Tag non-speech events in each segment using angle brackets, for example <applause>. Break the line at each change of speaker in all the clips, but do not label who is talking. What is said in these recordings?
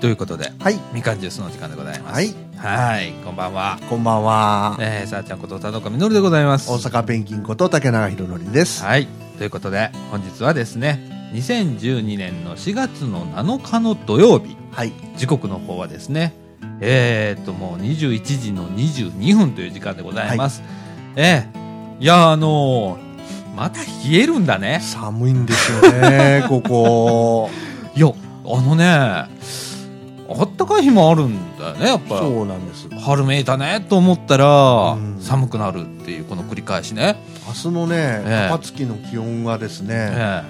ということで、
はい
みかんジュースの時間でございます。
はい。
はいこんばんは。
こんばんは。
えー、さあちゃんこと田中みのるでございます。
大阪ペンギンこと竹永宏典です。
はい。ということで、本日はですね、2012年の4月の7日の土曜日、
はい。
時刻の方はですね、えー、っと、もう21時の22分という時間でございます。ええいや、あのーまた冷えるんだね。
寒いんですよ
<laughs>
ね、ここ。
いや、あのね、あったかい日もあるんだよね、やっぱ。
そうなんです。明
春めいたねと思ったら
うん
寒くなるっていうこの繰り返しね、
日のね、
ええ
高槻の気温がです
え
ね、
え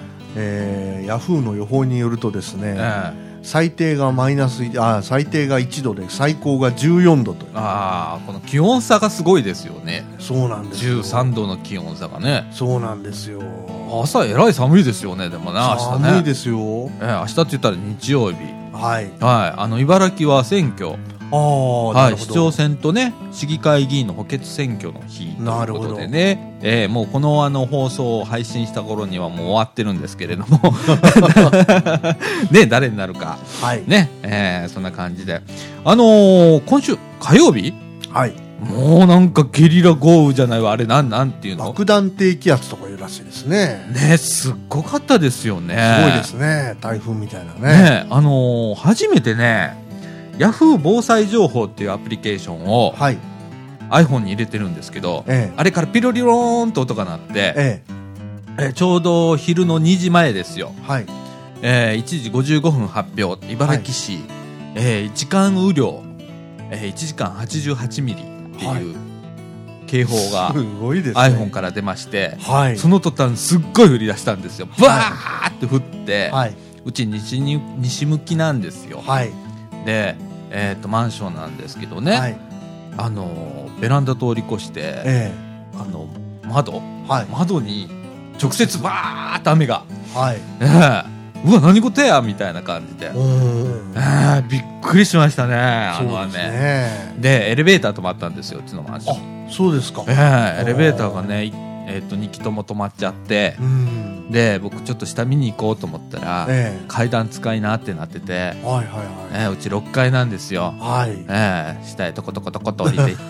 えーヤフーの予報によるとです
ええ
ね、最低がマイナスい、あ、最低が1度で、最高が14度という。
ああこの気温差がすごいですよね
そうなんですよ。
13度の気温差がね
そうなんですよ。
朝えらい寒いですよねでもな明日ね
寒いですよ。
ええ明日って言ったら日曜日
はい。
はいあの茨城は選挙、
ああ、な
は
る
い、
ほ
市
ど。
長選とね市議会議員の補欠選挙の日と
ないる
う
ほ
こ
ど
とでね、ええもうこのあの放送を配信した頃にはもう終わってるんですけれど
<laughs>
もね誰になるか
はい。
ね、えーそんな感じで。あのー今週火曜日
はい。
もうなんかゲリラ豪雨じゃないわ。あれなん、なんていうの
爆弾低気圧とかいうらしいですね。
ね、すっごかったですよね。
すごいですね。台風みたいな
ね。
ね。
あのー初めてね、ヤフー防災情報っていうアプリケーションを
はい。
iPhone に入れてるんですけど、
ええ。
あれからピロリローンと音が鳴って、
え
えーちょうど昼の2時前ですよ。
え。はい。
えー1時55分発表、茨城市、えー時間雨量、えー1時間88ミリって
はい
いう警報が
すごいですね。
iPhone から出まして、
はい。
その途端すっごい降り出したんですよ。バーって降って、
はい。
うち西に西向きなんですよ。
はい。
で、えー、とマンションなんですけどね、
はい。
あのーベランダ通り越して、
え
あの窓
え。はい。
窓に直接バーって雨が、
はい。
えーうわ何事やみたいな感じで
う。ーん。
あーびっくりしましたね、あの
そう
雨
です
で,、
ね。
エレベーター止まったんですよ、うちのマンション。
あ、そうですか。
ええ
う
エレベーターがね、いえっと2機とも止まっちゃって
ー、ん。
で僕、ちょっと下見に行こうと思ったら、
え
階段使いなってなってて
え。、はいはい
ええうち6階なんですよ。
はい。はい。
ええ下へトコトコトコと降りていっ
<laughs>
て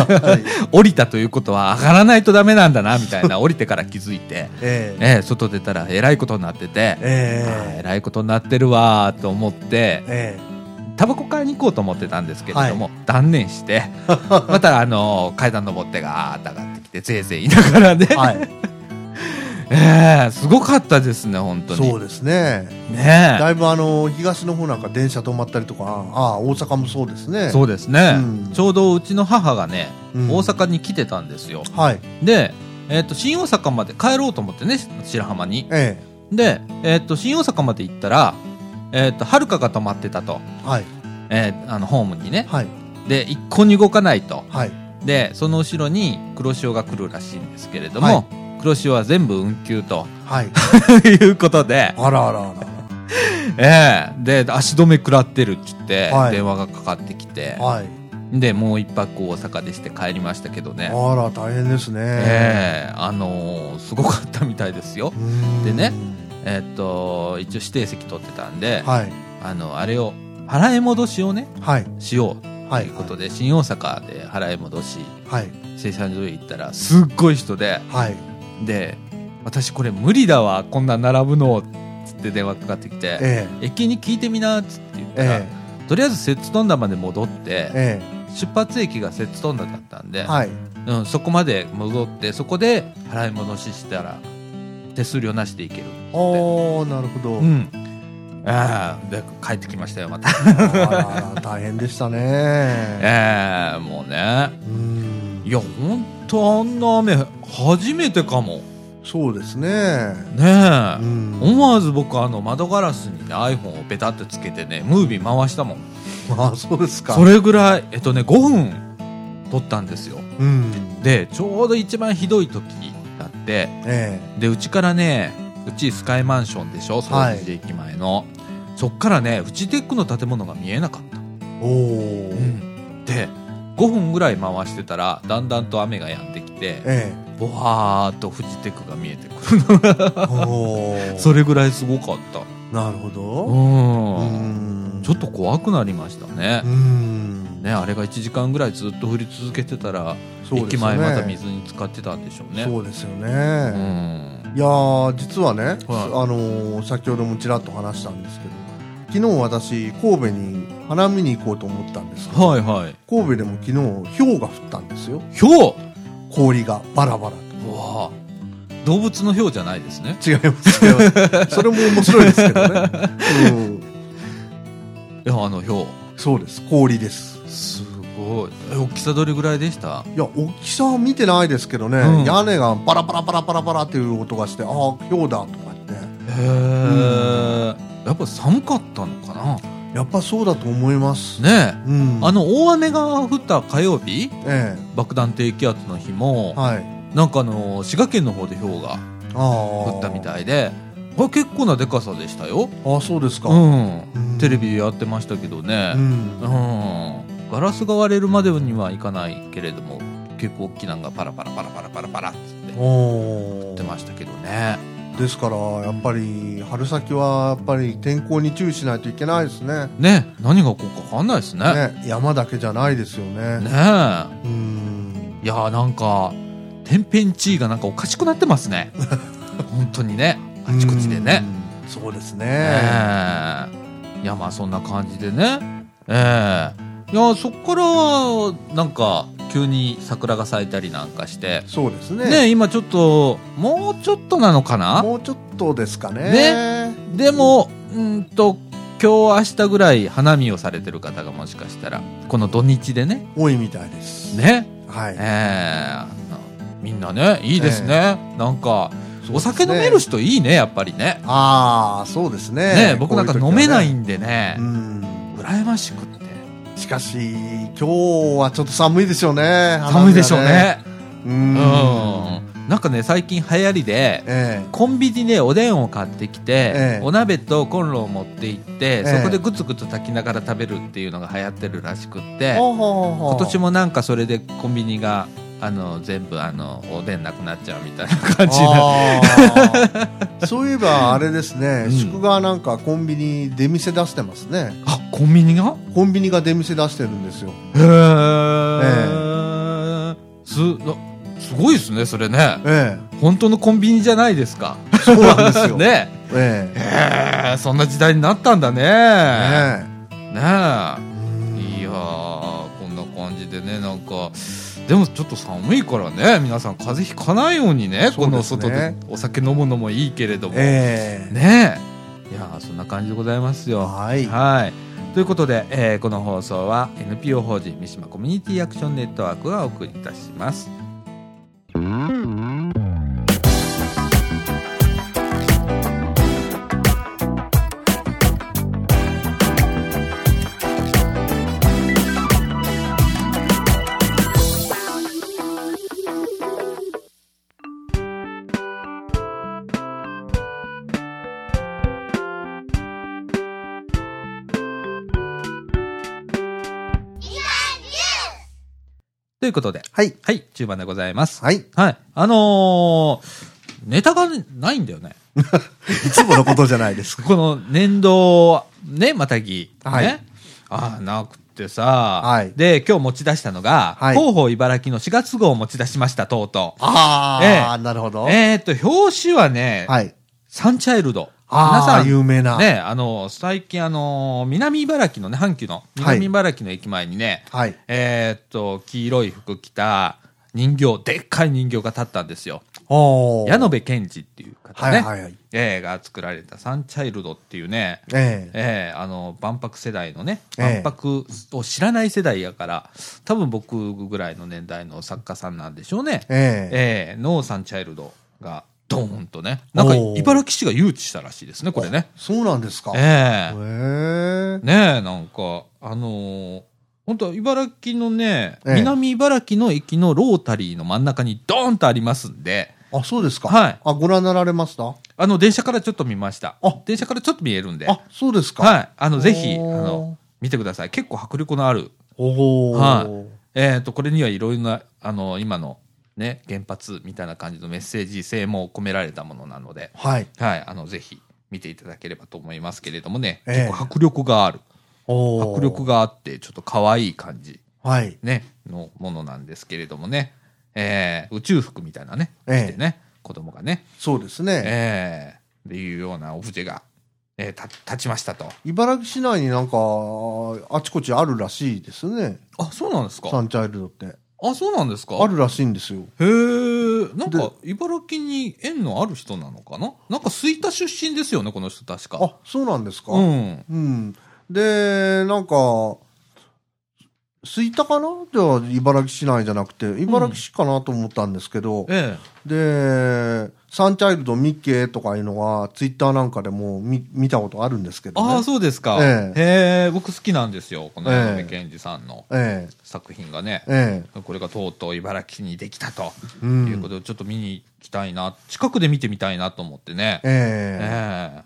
はい
降りたということは上がらないとダメなんだなみたいな降りてから気づいて、
ええ。
ええ外出たらえらいことになってて、あーえ
え
らいことになってるわーと思って
え。、ええ。
タバコ買いに行こうと思ってたんですけれども、断念して
<laughs>
またあの階段登ってガーッと上がってきてぜいぜい言いながらね、
はい。
ええすごかったですね本当に
そうですね。
ね
だいぶあの、東の方なんか電車止まったりとか、ああ、大阪もそうです
え
ね。
そうですね、
うん
ちょうどうちの母がね、
うん
大阪に来てたんですよ
はい。
で、えっと新大阪まで帰ろうと思ってね白浜に
え
で、えっと新大阪まで行ったらえっとはるかが止まってたと、
え。はい。
えーあのホームにね
はい。
で一向に動かないと
はい。
でその後ろに黒潮が来るらしいんですけれども、
は
黒潮は全部運休と <laughs>
はい。
いうことで、
あらあらあ
ええで足止め食らってるっつって
はい
電話がかかってきて、
ら。はい。
でもう一泊大阪でして帰りましたけどね、
あら、大変ですね。
ええあのーすごかったみたいですよ
う、ーん
でね。えっと一応指定席取ってたんで、
はい。
あのあれを払い戻しをね
はい。
しよう
は
と
い。
いうことで、新大阪で払い戻し
はい。
生産所へ行ったらすっごい人で。
はい。
で「私これ無理だわこんな並ぶの」つって電話かかってきて
え
「駅に聞いてみな」っつって言った
え。
ら、
え
とりあえず摂津富田まで戻って
え。え
出発駅が摂津富田だったんで、
え。はい。
うん、そこまで戻ってそこで払い戻ししたら手数料なしで行ける
おー、なるほど
う。 <laughs> んああで帰ってきましたよまた
あら、大変でしたね。
ええもうね
うーん
いやほんとあんな雨初めてかも
そうですね。
ねえ、
うん
思わず僕あの窓ガラスにね iPhone をベタってつけてねムービー回したもん
あ、そうですか。
それぐらいえっとね5分撮ったんですよ
うん。
でちょうど一番ひどい時だって
え
でうちからねうちスカイマンションでしょ掃除駅前の、そっからねフジテックの建物が見えなかった、
え。おー。
で5分ぐらい回してたらだんだんと雨が止んできて
ええ。
ぼわーっとフジテックが見えてくる
おー。
<laughs> それぐらいすごかった
なるほど。
う
うんーん
ちちょっと怖くなりましたね
うー。ん
ね、あれが1時間ぐらいずっと降り続けてたら、
そうです
駅
よ
前また水に浸かってたんでしょうね。
そうですよね、
うん
いやー実はね、
は
あのー先ほどもちらっと話したんですけど昨日私神戸に花見に行こうと思ったんですけど
はいはい。
神戸でも昨日氷が降ったんですよ
ひょう
氷がバラバラと
わあ動物のひょうじゃないですね。
違います違いますそれも面白いですけどね、うん、
いや、あのひょ
そうです氷です
う。すごい。え大きさどれぐらいでした
いや大きさは見てないですけどね、
うん
屋根がバラバラバラバラバラっていう音がしてああ氷だとかって
へえ。やっぱ寒かったのかな
やっぱそうだと思います
ねえ。
うん
あの大雨が降った火曜日
え
爆弾低気圧の日
え
も、
はい
なんかあの滋賀県の方で氷が
ああ
降ったみたいでこれ結構なでかさでしたよ、
ああそうですか、
うん、
うん
テレビやってましたけどね
う、、
うんんガラスが割れるまでにはいかないけれども結構大きなのがパラパラパラパラパラパラっつって降
おー
ってましたけどね
ですからやっぱり春先はやっぱり天候に注意しないといけないですね
ね何が起こるか分かんないですねね
ね山だけじゃないですよね
え
うん
いやーなんか天変地異がなんかおかしくなってます
<laughs>
ね本当にねあちこちでね
うんそうですね
ええいやまあそんな感じでねええいやそっからはなんか急に桜が咲いたりなんかして
そうですね
ね今ちょっともうちょっとなのかな
もうちょっとですかね
ねでもうんと今日明日ぐらい花見をされてる方がもしかしたらこの土日でね
多いみたいです
ね
はい、
ええあのみんなねいいですね、なんか
そうですね
お酒飲める人いいねやっぱりね
ああそうですね
ね僕なんか飲めない
こ
んでね
ういう時はね
羨ましくって
うんしかし今日はちょっと寒いでしょうね
寒いでしょうね
う
うんなんかね最近流行りで
え
コンビニでおでんを買ってきて、
ええ
お鍋とコンロを持って行って、
ええ
そこでグツグツ炊きながら食べるっていうのが流行ってるらしくっ
え
て、
ほうほうほうほう
今年もなんかそれでコンビニがあの全部あのおでんなくなっちゃうみたいな感じな
あー <laughs> そういえばあれですね、
うん
宿がなんかコンビニ出店出してますね
あコンビニが
コンビニが出店出してるんですよ
へえ、すなすごいですねそれね
え
本当のコンビニじゃないですか
えそうなんです
<laughs>
よ、
ね
ええ
へえそんな時代になったんだねねえいやー
よ
こんな感じでねなんかでもちょっと寒いからね皆さん風邪ひかないようにね
そ
こ
う
の
ですね
外でお酒飲むのもいいけれども、
ええ
ねえいやーそんな感じでございますよ。
はい
はいということで、えーこの放送は NPO 法人三島コミュニティアクションネットワークがお送りいたします。ということで、
はい
はい、中盤でございます。
はいい
はい。あのーネタがないんだよね。
つものことじゃないですか
この年度、ね、またぎ。ね。
はい
ああ、なくってさ。
はい
で、今日持ち出したのが、
はい
広報茨城の4月号を持ち出しました、とうとう。
<laughs> ああ、
え
なるほど、
えっ、と、表紙はね、
はい
サンチャイルド。皆
あ
さ
あ
ん、
有名な、
ね、あの、最近あの、南茨城のね、阪急の、
はい
南茨城の駅前にね、
はい
えっ、と、黄色い服着た人形、でっかい人形が立ったんですよ。
おー
矢野部健二っていう方ね、
はいはいはい
えーが作られたサンチャイルドっていうね、
え
え
え
ーあの万博世代のね、
ええ
万博を知らない世代やから、多分僕ぐらいの年代の作家さんなんでしょうね、
え
え
え
ーのサンチャイルドがドーンとね、なんか
おー
茨城市が誘致したらしいですね、これね。
そうなんですか
え
え
ー
え
ねえ、なんか、あのー本当は茨城のね、
ええ
南茨城の駅のロータリーの真ん中にドーンとありますんで、
あそうですか
はい
あご覧になられました
あの、電車からちょっと見ました。
あ
電車からちょっと見えるんで。
あそうですか
はい。あの、ぜひ、あ
おー
の、見てください。結構迫力のある。
おお、
はいえっ、と、これにはいろいろな、あの、今の、ね、原発みたいな感じのメッセージ性も込められたものなので、
はい。
はい。あの、ぜひ、見ていただければと思いますけれどもね、
ええ
結構迫力がある。
あおー
迫力があって、ちょっと可愛い感じ、
はい。
ね、のものなんですけれどもね、えー宇宙服みたいなね、
ええ
着てね、子供がね、
そうですね。
えーっていうようなオブジェが、えーた立ちましたと。
茨城市内になんか、あちこちあるらしいですね。
あ、そうなんです
サ
か
ンチャイルドって。
あ、そうなんですか
あるらしいんですよ。
へえ、なんか、茨城に縁のある人なのかななんか、吹田出身ですよね、この人、確か。
あ、そうなんですか。
うん。
うん。で、なんか、吹田かなでは茨城市内じゃなくて、茨城市かなと思ったんですけど、
ええ。
で、サンチャイルドミッケーとかいうのは、ツイッターなんかでも見見たことあるんですけどね。
ああ、そうですか。
え
へえ、僕好きなんですよ、この
ええ
山部健二さんの
え
作品がね
え、。え
これがとうとう茨城にできたと
え。う
いうことで、ちょっと見に行きたいな、近くで見てみたいなと思ってね。え
ええ
え。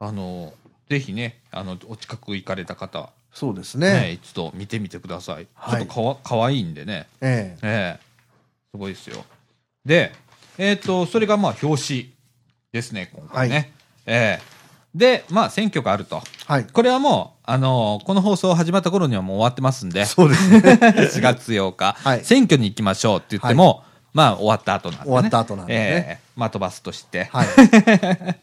あの、ぜひね、あの、お近く行かれた方、
そうです
ね、
ね。
一度見てみてください。ち
は
ょ
い
っとかわかわいいんでね。
ええ
ええすごいですよ。で、えっ、と、それがまあ表紙ですね、今回ね。
は
ええで、まあ選挙があると。
はい。
これはもう、あのーこの放送始まった頃にはもう終わってますんで、
そうです
<laughs>
ね。
4月8日、
はい
選挙に行きましょうって言っても、まあ終わった後なんで、ね。
終わった後なんでね
ええまあ飛ばすとして。
はい。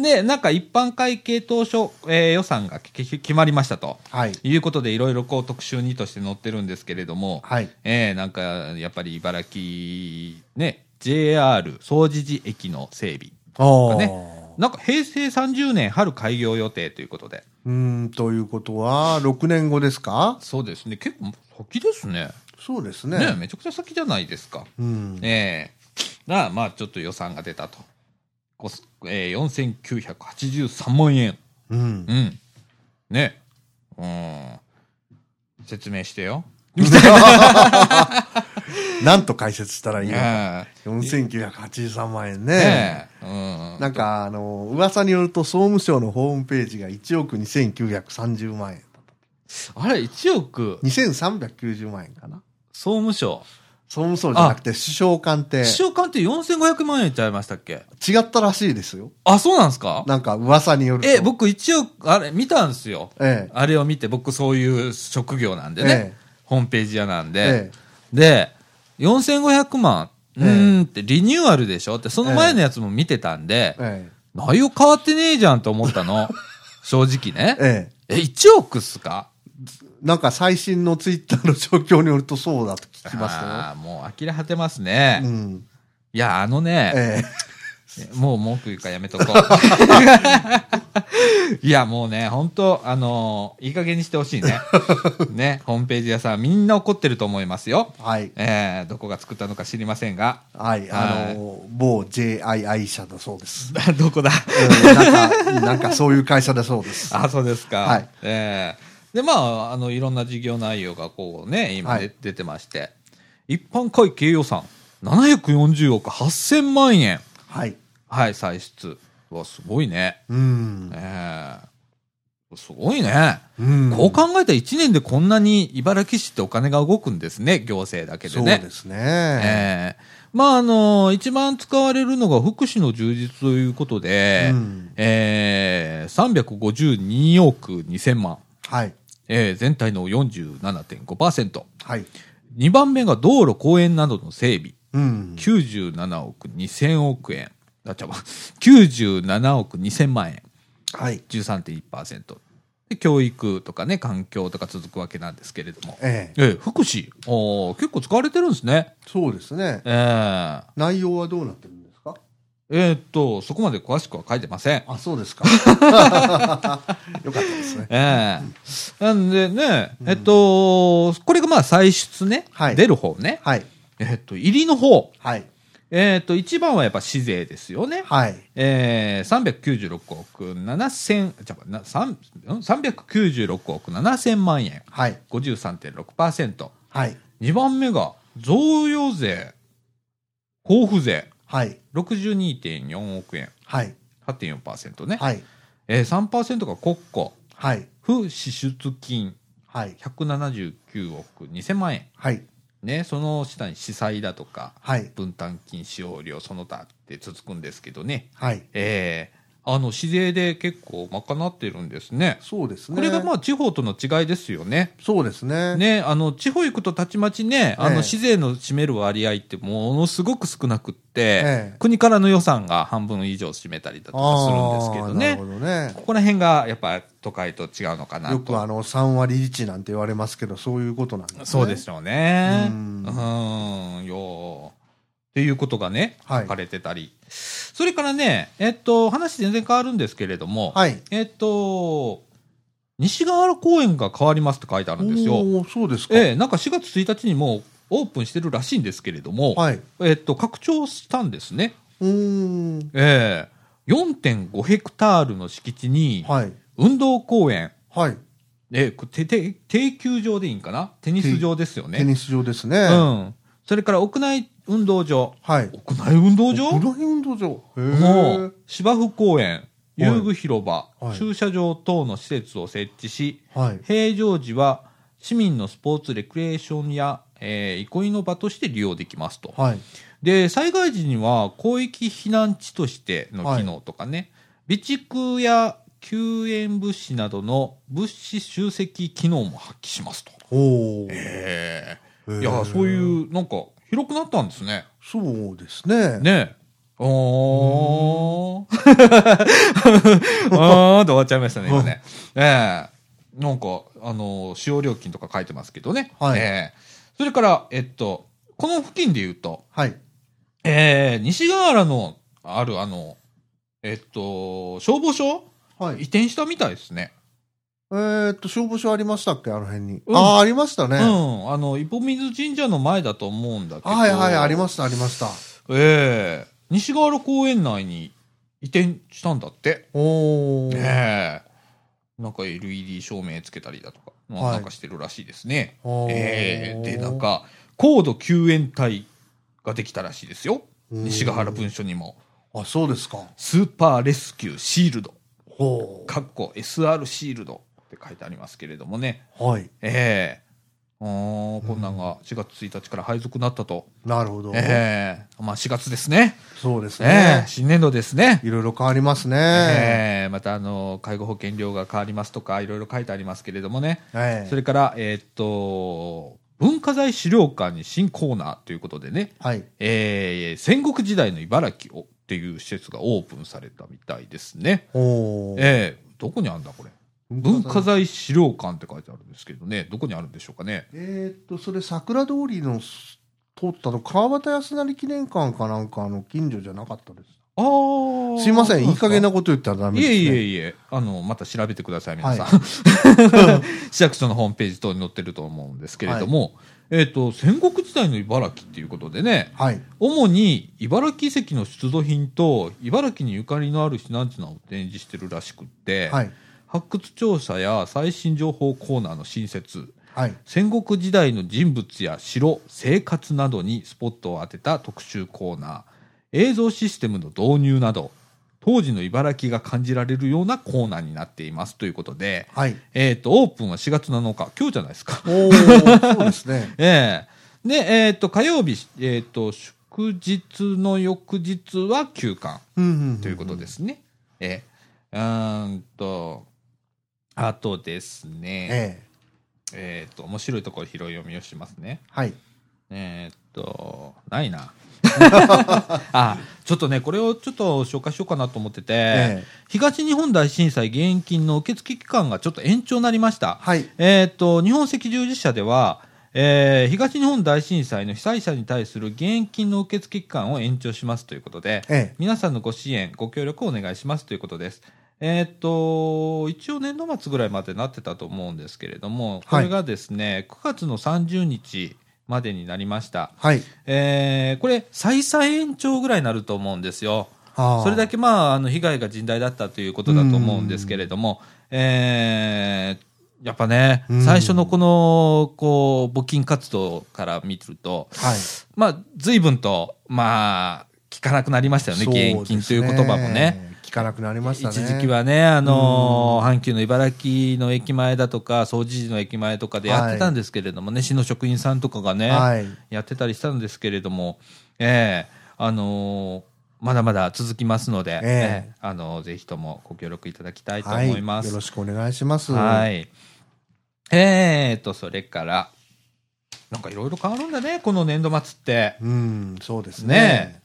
で、なんか一般会計当初、えー予算がきき決まりましたと。
はい。
いうことで、いろいろこう特集2として載ってるんですけれども、
はい。
えー、なんかやっぱり茨城、ね、JR 総除寺駅の整備、
ああ、
ねなんか平成30年春開業予定ということで、
うーん、ということは、6年後ですか
そうですね、結構先ですね、
そうです
ね
ね。
めちゃくちゃ先じゃないですか。
うん。
えー、がまあ、ちょっと予算が出たと、こすえー、4983万円、
うん
う。ん、ね、うん、説明してよ。
<laughs> なんと解説したらいいのか。
ね
4983万円
え
ね。
うん、
なんか、あの、噂によると、総務省のホームページが1億2930万円。
あれ、1億
2390万円かな。
総務省。
総務省じゃなくて、首相官邸。
首相官って4500万円ちゃいましたっけ
違ったらしいですよ。
あ、そうなんですか
なんか、噂によると。
え、、僕一応、あれ、見たんですよ。
ええ。
あれを見て、僕そういう職業なんでね。
ええ
ホームページ屋なんで。
ええ
で、4500万、う
ええ
ーんってリニューアルでしょって、その前のやつも見てたんで、
え
内容変わってねえじゃんと思った
<laughs>
の。正直
え。
ね。
ええ。
え、1億っすか
なんか、最新のツイッターの状況によると、そうだと聞きました
あーもう呆れ果てますね。
よ。うん。
いや、あのね、
ええ。
もう文句言うからやめと
<laughs>
こう。いや、もうね、本当あのーいい加減にしてほしい
<laughs>
ね。ね、ホームページ屋さん、みんな怒ってると思いますよ。
はい。
えー、どこが作ったのか知りませんが。 <laughs>
はい。あの、某 JII 社だそうです。
あどこだ
うんなんか、なんかそういう会社だそうです。
あ、そうですか。
はい
えーで、まあ、あの、いろんな事業内容がこうね、今で、
はい
出てまして。一般会計予算、740億8000万円。
はい。
はい、歳出。うわ、すごいね。
うん。
えー、すごいね。
うん
こう考えたら1年でこんなに茨城市ってお金が動くんですね、行政だけで
そう
ね。
ですね。
ええまあ、あの、一番使われるのが福祉の充実ということで、
うん
ええ352億2000万、
はい。
ええ全体の47.5%。
はい。
2番目が道路、公園などの整備、
うん。
97億2000億円。あ、ちゃうわ97億2000万円。
はい。
13.1%で教育とかね環境とか続くわけなんですけれども、え
ええ。
え福祉おー結構使われてるんですね
そうですね。
えー、
内容はどうなってるんですか
えーっとそこまで詳しくは書いてません
あ、そうです
<laughs>
か。よかったですね。
ええなんでねえっと、これがまあ歳出ね、
はい
出る方ね、
はい。
えっと入りの方
はい。
えーっと一番はやっぱ市税ですよね
はい。
えー、396億7000じゃあなさんん396億7000万円
はい。
53.6%
はい。
2番目が贈与税交付税
はい。
62.4億円
はい。
8.4%ね、
はい。
えー、3%が国庫
はい。
不支出金
はい。
179億2000万円
はい。
ねその下に司祭だとか
はい。
分担金使用料その他って続くんですけどね
はい。
えあの、市税で結構賄ってるんですね。
そうですね。
これがまあ地方との違いですよね。
そうですね。
ね、あの、地方行くとたちまちね、あ
え
の、
え
市税の占める割合ってものすごく少なくって、
ええ
国からの予算が半分以上占めたりだとかするんですけど
あーなるほ
ね。
どね
こ。こら辺がやっぱ都会と違うのかな
よ
と
く。あの、3割1なんて言われますけど、そういうことなんですね。
そうで。しょうね。う
うんん、
よーっていうことがね、
はい
書かれてたり。それからね、えっと、話全然変わるんですけれども、
はい。
えっと、西側原公園が変わりますって書いてあるんですよ。
おーそうですか。
ええ、なんか4月1日にもうオープンしてるらしいんですけれども、
はい。
えっと、拡張したんですね。
うーん。
ええ、4.5ヘクタールの敷地に、
はい。
運動公園、
はい。
えこてて定球場でいいんかなテニス場ですよね。
テニス場ですね。
うん。それから屋内運動場。
はい。
屋内運動場
屋内運動場。へ
も
ー
う芝生公園、遊具広場、
はい
駐車場等の施設を設置し、
はい。
平常時は市民のスポーツ、レクリエーションや、えー憩いの場として利用できますと。
はい。
で、災害時には広域避難地としての機能とかね、備蓄や救援物資などの物資集積機能も発揮しますと。
おお。
ええ
へー
いや、そうい。う、なんか、広くなったんですね。
そうですね。
ねえ。 <laughs> おー。あーって終わっちゃいましたね、今ね。ええなんか、あのー使用料金とか書いてますけどね。
はい
ええそれから、えっと、この付近で言うと、
はい。
ええ西川原のある、あの、えっと、消防署、
はい
移。転したみたいですね。
えーっと、消防署ありましたっけあの辺に。
うん
ああ、ありましたね。
うん。あの、一本水神社の前だと思うんだけど。
はいはい、あり
す
ました、ありました。
ええ西川原公園内に移転したんだって。
おー。
ねえなんか LED 照明つけたりだとか、まあ
はい
なんかしてるらしいですね。
おー
ええで、なん、か、高度救援隊ができたらしいですよ。
うん
西ヶ原文書にも。
あ、そうですか。
スーパーレスキューシールド、
ほ
かっこ SR シールドって書いてありますけれどもね。
う。はい。
ええあーこんなんが4月1日から配属になったと。
なるほど。
ええまあ4月ですね。
そうです
ええ
ね。
新年度ですね。
いろいろ変わりますね。
えーまたあの介護保険料が変わりますとかいろいろ書いてありますけれどもね、
ええ
それから、えーっと文化財資料館に新コーナーということでね、
はい。
えー戦国時代の茨城をっていう施設がオープンされたみたいですね、
おー。
えーどこにあるんだこれ文化。財資料館って書いてあるんですけどねどこにあるんでしょうかね
えーっと、それ桜通りのす通ったの、川端康成記念館かなんかの近所じゃなかったです。
ああ
すいません、いい加減な
こ
こと言ったらダメ
い
です、
え
ね。
いえいえ、あの、また調べてください、皆さん。
は
<laughs> 市役所のホームページ等に載ってると思うんですけれども、えっ、と、戦国時代の茨城っていうことでね、
はい。
主に茨城遺跡の出土品と、茨城にゆかりのある避難地などを展示してるらしくって、
はい。
発掘調査や最新情報コーナーの新設、
はい。
戦国時代の人物や城、生活などにスポットを当てた特集コーナー、映像システムの導入など、当時の茨城が感じられるようなコーナーになっていますということで、
はい。
えっ、と、オープンは4月7日、今日じゃないですか。
おー、 <laughs> そうで
<laughs>
すね。
ええで、えっ、と、火曜日、えっ、と、祝日の翌日は休館
うんうんんん
ということで。すね。ええうーんと、あとですね、
ええ。
えっ、と、面白いところ拾い読みをしますね。
はい。
えーっと、ない <laughs> な。あ、ちょっとね、これをちょっと紹介しようかなと思ってて、
ええ
東日本大震災義援金の受付期間がちょっと延長になりました。
はい。
えーっと、日本赤十字社では、えー東日本大震災の被災者に対する義援金の受付期間を延長しますということで、
ええ。
皆さんのご支援、ご協力をお願いしますということです。えーっと、一応年度末ぐらいまでなってたと思うんですけれども、こ
はい
れがですね、9月の30日までになりました。
はい。
えーこれ、再々延長ぐらいになると思うんですよ。
あー
それだけ、まあ、あの被害が甚大だったということだと思うんですけれども、えーやっぱね
う、ん
最初のこの、こう、募金活動から見ると、
はい。
まあ、随分と、まあ、聞かなくなりましたよね、義援金という言葉もね。。
聞かなくなりましたね。
一時期。はね、あのー阪急の茨城の駅前だとか、総除寺の駅前とかでやってたんですけれどもね、市の職員さんとかがね、
はい。
やってたりしたんですけれども、ええあのーまだまだ続きますので、
ええ
ねあのぜひともご協力いただきたいと
は
思います。
よろしくお願いします。
はい。えーと、それから、なんかいろいろ変わるんだね、この年度末って。
うん、そうですね
ね。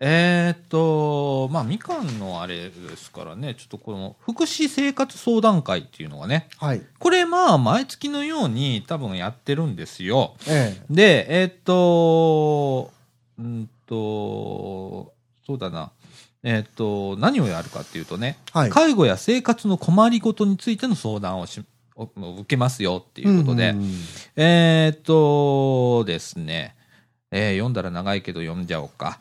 えーと、まあ、みかんのあれですからね、ちょっとこの福祉生活相談会っていうのがね、
はい。
これまあ、毎月のように多分やってるんですよ。
ええ。
で、えーっと、うんと、そうだな。えーっと、何をやるかっていうとね、
はい。
介護や生活の困りごとについての相談をしを受けますよっていうことで、
んん
えーっとですね、えー読んだら長いけど読んじゃおうか。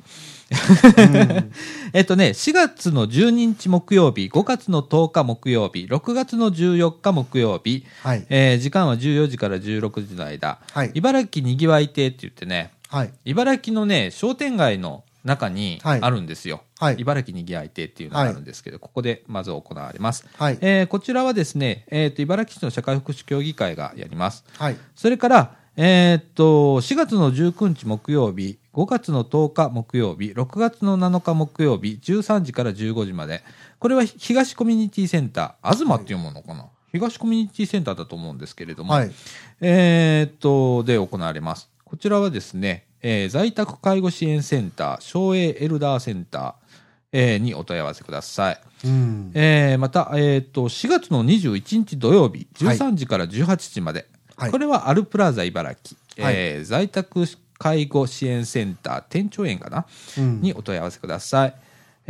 うん
<laughs> えっとね、4月の12日木曜日、5月の10日木曜日、6月の14日木曜日、
はい。
えー時間は14時から16時の間、
はい。
茨城にぎわい亭って言ってね、
はい。
茨城のね、商店街の中に
はい
あるんですよ。
はい。
茨城にぎわい亭っていうのがあるんですけど、ここでまず行われます。
はい。
えーこちらはですね、えーと、茨城市の社会福祉協議会がやります。
はい。
それから、えーっと、4月の19日木曜日、5月の10日木曜日、6月の7日木曜日、13時から15時まで。これは東コミュニティセンター、東っていうものかな、東コミュニティセンターだと思うんですけれども、
はい。
えーっと、で行われます。こちらはですね、えー在宅介護支援センター、省営エルダーセンター、えーにお問い合わせください。
うん。
えーまた、えー、と4月の21日土曜日
はい
13時から18時まで、
はい
これはアルプラザ茨城、
はい
えー在宅介護支援センター店長園かな、
うん
にお問い合わせください。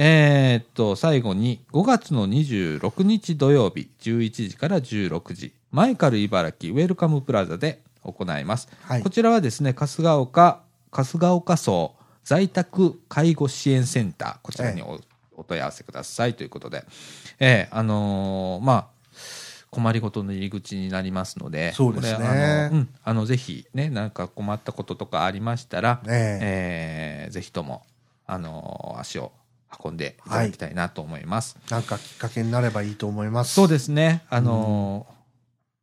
えー、と最後に5月の26日土曜日11時から16時マイカル茨城ウェルカムプラザで行います、
はい
こちらはですね春日岡春日岡荘在宅介護支援センターこちらにお,、お問い合わせくださいということで、えーあのーまあ困りごとの入り口になりますので
そうですね
これあの、うん、あのぜひねなんか困ったこととかありましたら、
え
え
え。
ーぜひとも、あのー足を運んでいただきたいなと思います。
なんかきっかけになればいいと思います。
そう
す。
ですね、あのー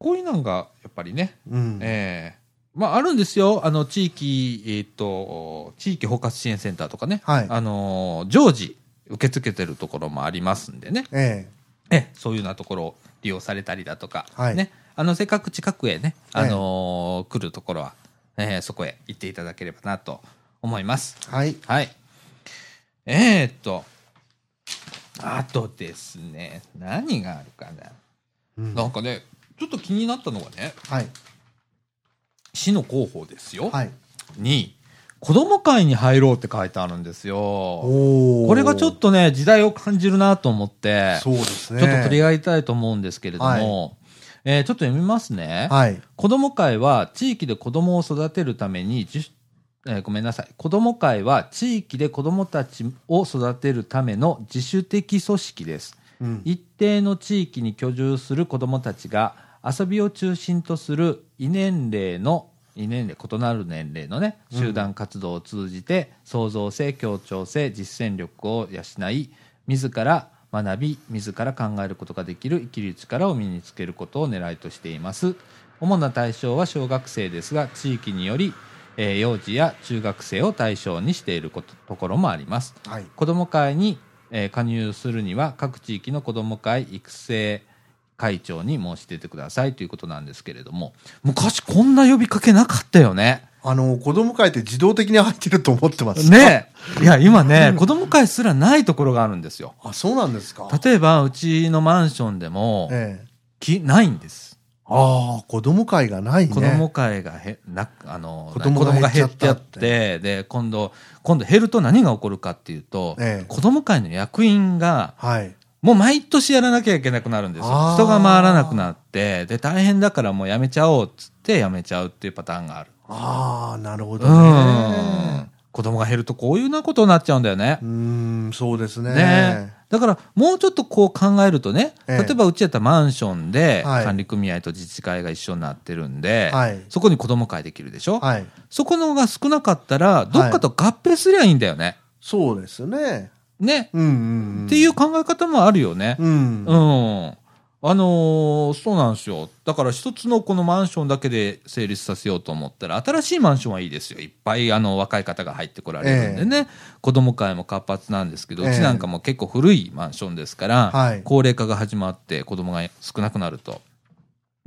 こういうのがやっぱりね、
うん。
えーまあ、あるんですよ、あの地域、えー、と地域包括支援センターとかね、
はい
あのー常時受け付けてるところもありますんでね、
ええ。
えそういうようなところを利用されたりだとか、
はい
ね、あのせっかく近くへね、あのー来るところは、えーそこへ行っていただければなと思います。
はい。
はい。えー、っと、あとですね、何があるかな。
うん
なんかね、ちょっと気になったのがね、
はい。
市の広報ですよ、
はい。
に、子供会に入ろうって書いてあるんですよ。
おお。
これがちょっとね、時代を感じるなと思って、ち
そうです
ょ
ね。
っと取り上げたいと思うんですけれども、えーちょっと読みますね。
はい。
子ども会は地域で子どもを育てるために自主、えーごめんなさい子ども会は地域で子どもたちを育てるための自主的組織です
うん。
一定の地域に居住する子どもたちが遊びを中心とする異年齢の異年齢異なる年齢のね集団活動を通じて創造性協調性実践力を養い自ら学び自ら考えることができる生きる力を身につけることを狙いとしています主な対象は小学生ですが地域により、えー幼児や中学生を対象にしていることところもあります
はい。
子ども会に、えー加入するには各地域の子ども会育成会長に申し出てくださいということなんですけれども昔こんな呼びかけなかったよね。
あの、子供会って自動的に入ってると思ってます。。
ねえいや今ね子ども会すらないところがあるんですよ。
あ、そうなんですか。
例えばうちのマンションでも、
ええ。
きないんです。
ああ、子供会がないね。
子供会がへ、なあの
子供が
子
減っちゃ
あ
った
っ
って
てで今度今度減ると何が起こるかっていうと、
ええ
子ども会の役員が
はい。
もう毎年やらなきゃいけなくなるんですよ
あー。
人が回らなくなって、で、大変だからもうやめちゃおうっつってやめちゃうっていうパターンがある。
ああ、なるほど
うん
ね。。
子供が減るとこういうようなことになっちゃうんだよね
う。ーん、そうですね。
ねだからもうちょっとこう考えるとね、
ええ
例えばうちやったらマンションで
はい
管理組合と自治会が一緒になってるんで、
はい
そこに子供会できるでしょ、
はい。
そこのが少なかったら、どっかと合併すりゃいいんだよね。
そうですね。
ね。
うんうん、うん。
っていう考え方もあるよね。
うん。
うん。ああのーそうなんですよ。だから一つのこのマンションだけで成立させようと思ったら、新しいマンションはいいですよ。いっぱいあの若い方が入ってこられるんでね、子供会も活発なんですけど、う
え
ち
え
なんかも結構古いマンションですから、
はい
高齢化が始まって子供が少なくなると、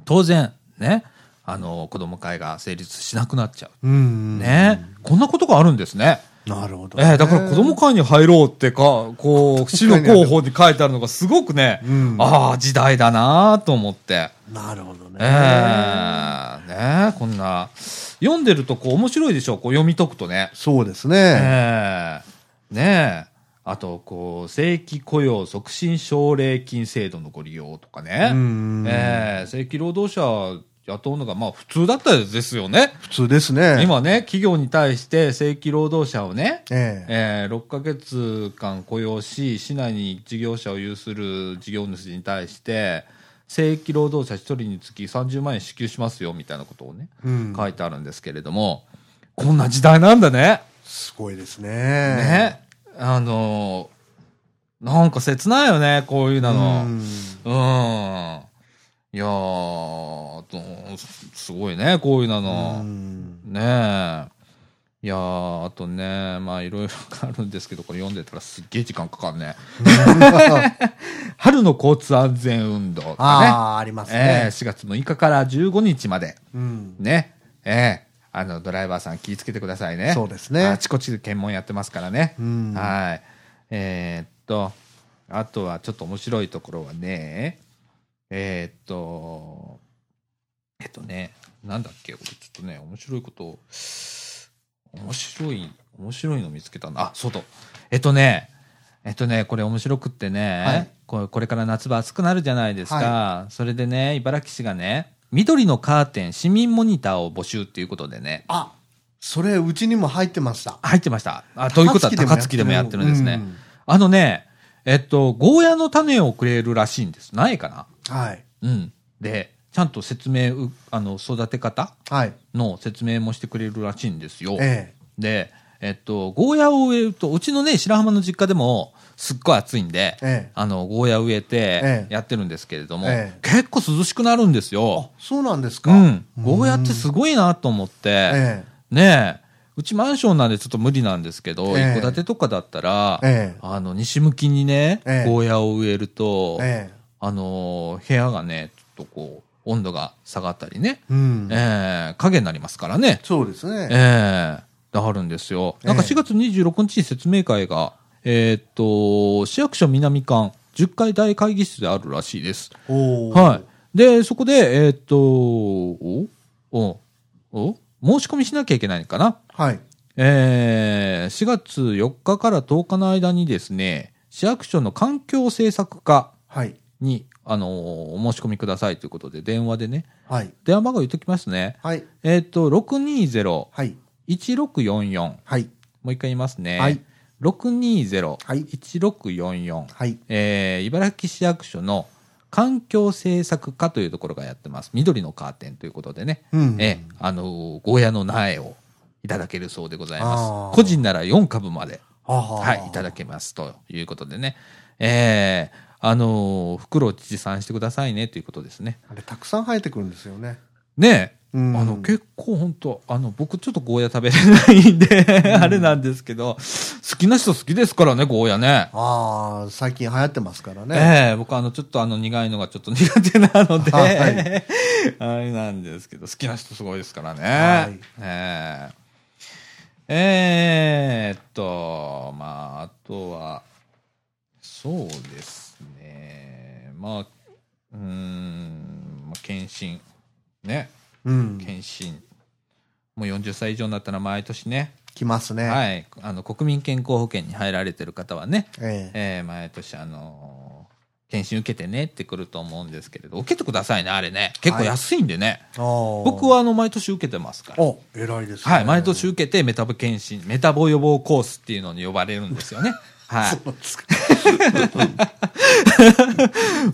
当然ね、あのー子供会が成立しなくなっちゃう。
うん。
ね、こんなことがあるんですね。
なるほど、
ええだから子供会に入ろうってか、こう、市の広報に書いてあるのがすごくね、
うん
ああ、時代だなあと思って。
なるほどね。
ええねえこんな。読んでるとこう面白いでしょこう読み解くとね。
そうです
え
ね。
えねえ。あと、こう、正規雇用促進奨励金制度のご利用とかね。
うん
ええ正規労働者雇うのが、まあ普通だったですよね。
普通ですね。。
今ね、企業に対して正規労働者をね、
え
え
え
ー6ヶ月間雇用し、市内に事業者を有する事業主に対して、正規労働者1人につき30万円支給しますよみたいなことをね、
うん
書いてあるんですけれども、こんな時代なんだね。
すごいですね。
ね。あのーなんか切ないよね、こういう
う
なの。うん
ん。
いやーとすすごいね、こういうなの。
うん
<laughs> ねえ。いやーあとね、まあいろいろあるんですけど、これ読んでたらすっげえ時間かかんね。春の交通安全運動とか
ああ、あります
ね。ええ
ね。
4月6日から15日まで。
うん。
ね。ええあの、ドライバーさん気をつけてくださいね。
そうですね
あちこちで検問やってますからね。
うん
はい。えーっと、あとはちょっと面白いところはね、えーっと、えっとね、なんだっけ、俺ちょっとね、面白いことを、面白い、面白いの見つけたな。あ、そうだ。えっとね、えっとね、これ面白くってね、
はい
これこれから夏場暑くなるじゃないですか。
は
それでね、茨城市がね、緑のカーテン市民モニターを募集っていうことでね、
あ、それ、うちにも入ってました。
入ってました。あ、ということは高
高
槻で
槻で
も
も
や
や
っ
ってて
る
る
んですね。
うん
あのね、えっと、ゴーヤの種をくれるらしいんです。苗かな
はい。
うん。で、ちゃんと説明、うあの、育て方
はい。
の説明もしてくれるらしいんですよ。
ええ。
で、えっと、ゴーヤを植えると、うちのね、白浜の実家でも、すっごい暑いんで、
ええ
あの、ゴーヤ植えて
ええ、
やってるんですけれども、
ええ
結構涼しくなるんですよ。
そうなんですか。
うん。ゴーヤってすごいなと思って、
え
ねえ、うちマンションなんでちょっと無理なんですけど、一戸、
ええ
建てとかだったら、
ええ
あの、西向きにね、
ええ
ゴーヤを植えると、
え。え
あのー、部屋がね、ちょっとこう、温度が下がったりね、
え。うん
え。え影になりますからね。
そうですね。
ええあるんですよ。なんか
ええ
4月26日に説明会が、えーっと、市役所南館10階大会議室であるらしいです。
おお。
はい。で、そこで、えーっと、おおお申し込みしなきゃいけないのかな
はい。
えー4月4日から10日の間にですね、市役所の環境政策課
はい。
に、あのーお申し込みくださいということで、電話でね、
はい。
電話番号言っときますね。
はい。
えーっと、620、
はい。
1644
はい。
もう一回言いますね。
はいはい
620-1644、
はい。
えー茨城市役所の環境政策課というところがやってます。緑のカーテンということでね。
うん
えーあのーゴーヤの苗をいただけるそうでござい
あ
ま
ー
す。個人なら4株まで、
はあはあ
はい、いただけますということでね。えーあのー袋を持参してくださいねということですね。
あれ、たくさん生えてくるんですよね。
ねえ。
うん
あの結構本当あの僕ちょっとゴーヤ食べれないんで <laughs> あれなんですけど好きな人好きですからねゴーヤね
ああ、最近流行ってますからね。
ええ僕あのちょっとあの苦いのがちょっと苦手なので、
<laughs> はい
<laughs> あれなんですけど好きな人すごいですからね、
はい
えええーっとまああとはそうですねまあうーんまあ検診ね
うん。
検診もう40歳以上になったら毎年ね、
来ますね。
はい、あの国民健康保険に入られてる方はね、
ええ。
えー毎年、あのー検診受けてねってくると思うんですけれど受けてくださいねあれね結構安いんでね、僕
僕
はあの毎年受けてますから。
お、偉いですね。
はい、毎年受けてメタボ検診、メタボ予防コースっていうのに呼ばれるんですよね。 <laughs> はい。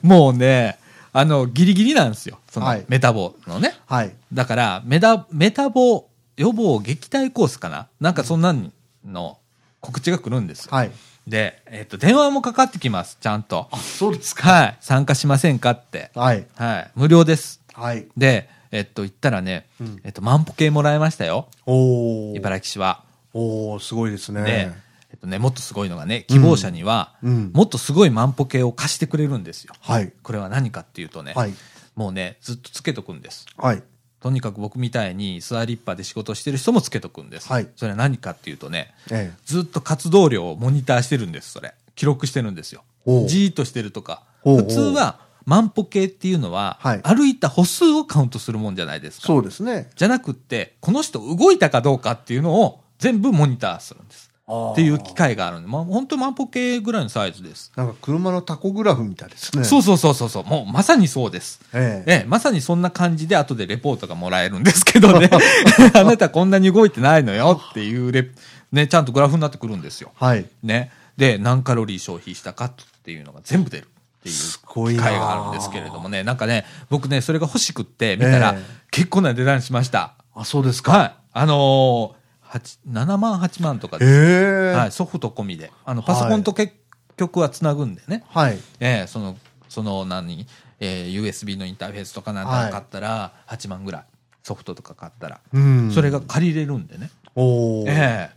もうね、あの、ギリギリなんですよ。その
はい
メタボのね。
はい。
だからメタ、メタボ予防撃退コースかななんかそんなんの告知が来るんですよ。
はい。
で、えっと、電話もかかってきます、ちゃんと。
そうですか。
はい、参加しませんかって。
はい。
はい、無料です。
はい。
で、えっと、言ったらね、
うん
えっと、万歩計もらいましたよ、
おお。
茨城市は。
おーすごいです
で
ね。、
えっとね、もっとすごいのがね、希望者には、
うん
もっとすごい万歩計を貸してくれるんですよ。
はい。
これは何かっていうとね、
はい。
もうね、ずっとつけとくんです。
はい。
とにかく僕みたいに座りっぱで仕事してる人もつけとくんです。
はい
それは何かっていうとね、
ええ。
ずっと活動量をモニターしてるんです、それ。記録してるんですよ
お。う
じーっとしてるとか。
おうおう
普通は、万歩計っていうのは、
はい
歩いた歩数をカウントするもんじゃないですか。
そうですね。
じゃなくって、この人動いたかどうかっていうのを全部モニターするんです。っていう機。械があるんで、まあ、本当万歩計ぐらいのサイズです。
なんか車のタコグラフみたいですね。。
そううそうそうそうそう、もうまさにそうです。
ええ。
ええ、まさにそんな感じで後でレポートがもらえるんですけど
<laughs>
ね。 <laughs> あなたこんなに動いてないのよっていうレ、ね、ちゃんとグラフになってくるんですよ。
はい。
ね。で、何カロリー消費したかっていうのが全部出るっていう
すごい
機
な。
械があるんですけれども。ね。なんかね、僕ね、それが欲しくって見たら
ええ
結構な値段しました。
あ、そうですか。
はい。あのー、八7万、8万とかで
ええ
す。はい、ソフト込みで。あの、パソコンと結局はつなぐんでね。
はい。
ええその、その何、えー USB のインターフェースとかなん
は
か
い
買ったら、8万ぐらい。ソフトとか買ったら。
うん。
それが。借りれるんでね。
おお。
ええ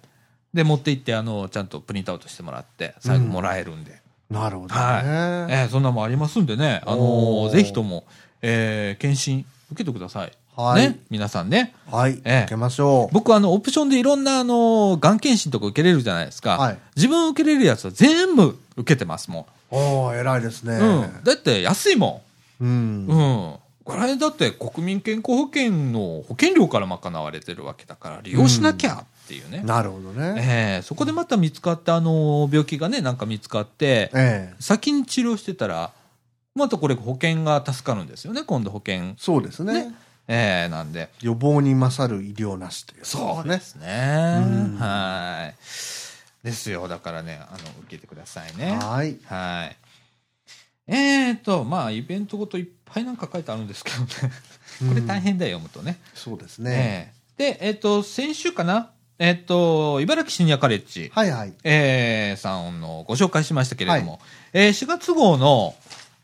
で、持って行って、あの、ちゃんとプリントアウトしてもらって、最後もらえるんで。
なるほど
はい。え
ね。
えそんなもんありますんでね。あの
お
ー
ー
ぜひとも、えー検診受けてください。
はい
ね。皆さんね。
はい。
ええ
受けましょう。
僕はあの、オプションでいろんな、あのー、がん検診とか受けれるじゃないですか。
はい
自分受けれるやつは全部受けてますも
おお、偉いですね
ん。。うん。だって安いもん。
うん。
うん。これだって国民健康保険の保険料から賄われてるわけだから利用しなきゃっていうね。
なるほどね。
ええそこでまた見つかって、あの、病気がね、なんか見つかって、
ええ。
先に治療してたら、またこれ保険が助かるんですよね、今度保険。
そうです
ね
ね。
ええなんで。
予防に勝る医療なしという。
そうで
ね。
すね。
うん
はい。ですよ。だからね、あの、受けてくださいね。
はい。
はい。えーと、まあ、イベントごといっぱいなんか書いてあるんですけどね。これ大変だよ、読むとね。
そうですね。
ええで、えっ、と、先週かな、えっ、と、茨城シニアカレッジ、
はいはい。
えーさんのご紹介しましたけれども、えー4月号の、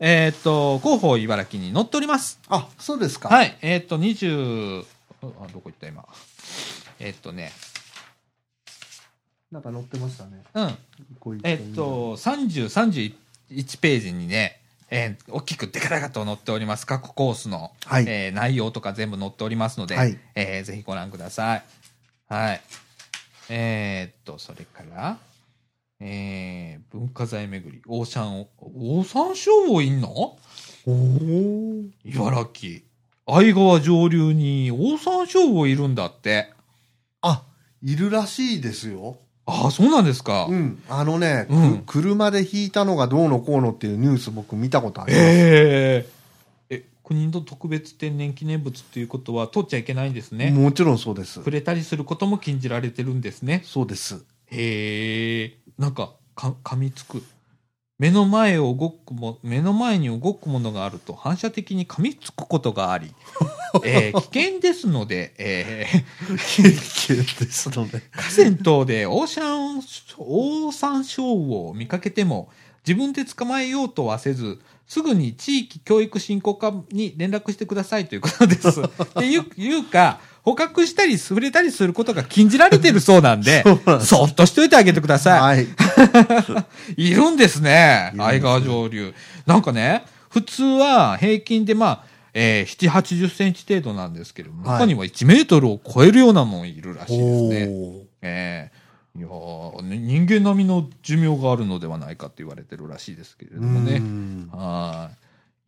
えっ、と、広報茨城に載っております。
あ、そうですか。
はい、えっ、と、20、あ、どこ行った今。えっ、とね、
なんか載ってましたね。
うん、
こうい
えっ、と、30、31ページにね、えー大きくデカデカと載っております。各コースの、
はい
えー内容とか全部載っておりますので、
はい
えーぜひご覧ください。はい。えーっと、それから、えー文化財巡り、オーシャンを、オーサンショウウオいんの
おお。
茨城。相川上流にオーサンショウウオいるんだって。
あ、いるらしいですよ。
ああ、そうなんですか。
うん。あのね、
うん
く車で引いたのがどうのこうのっていうニュース僕見たことあります。
えええ国の特別天然記念物っていうことは取っちゃいけないんですね
もちろんそうです
触。れたりすることも禁じられてるんですね
そうです。
へえなんかか噛みつく目の前を動くも目の前に動くものがあると反射的に噛みつくことがあり、
<laughs>
えー危険ですので、えー
経験ですの <laughs> で。
河川等でオーシャン、オーサンショウウオを見かけても、自分で捕まえようとはせず、すぐに地域教育振興課に連絡してくださいということ
<laughs>
です。っていう、いうか、捕獲したり、触れたりすることが禁じられてるそうなんで、
<laughs> そうなんです
そっとしといてあげてくださ
はい。
い。いるんですね、
いるんです
相川上流。なんかね、普通は平均でまあ、えー、7、80センチ程度なんですけれども、
はい
中には1メートルを超えるようなもんいるらしいです
お
ね。
お。
ええいやーね人間並みの寿命があるのではないかと言われてるらしいですけれども
う
ね。
ん
は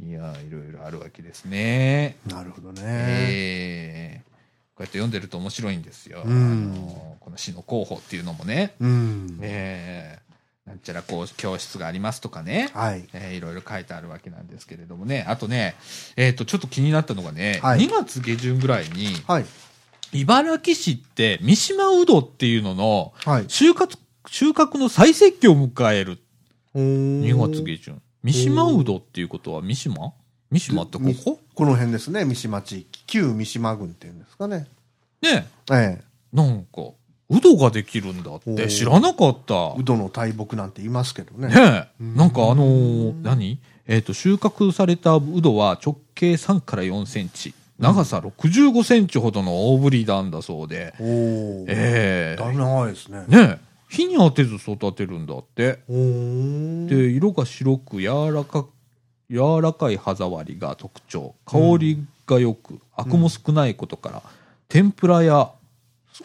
ーい。いやーいろいろあるわけですね。
なるほどね。
ええこうやって読んでると面白いんですよ。
うん
あのーこの詩の候補っていうのもね、
うん。
ええなんちゃらこう教室がありますとかね。
はい。
えーいろいろ書いてあるわけなんですけれどもね。あとね、えっ、と、ちょっと気になったのがね、
はい
2月下旬ぐらいに、
はい。
茨城市って三島うどっていうのの、
はい。
収穫、収穫の最盛期を迎える2
2
月下旬。三島うどっていうことは三島三島ってこ
み
こ
この辺ですね、三島地域。旧三島郡っていうんですかね。
ね
ええ。
なんか、うど銅ができるんだっ
お
て
ー
知らなかった。
ウドの大木なんて言いますけどね。
ねえ。
ん
なんかあのー何えっ、と、収穫されたウドは直径3から4センチ、長さ65センチほどの大ぶりなんだそうで。
おお、
ええ
だいぶ長いですね。
ねえ。火に当てず育てるんだって。
おお。
で、色が白く柔らか、柔らかい歯触りが特徴。香りが良く、アクも少ないことから、天ぷらや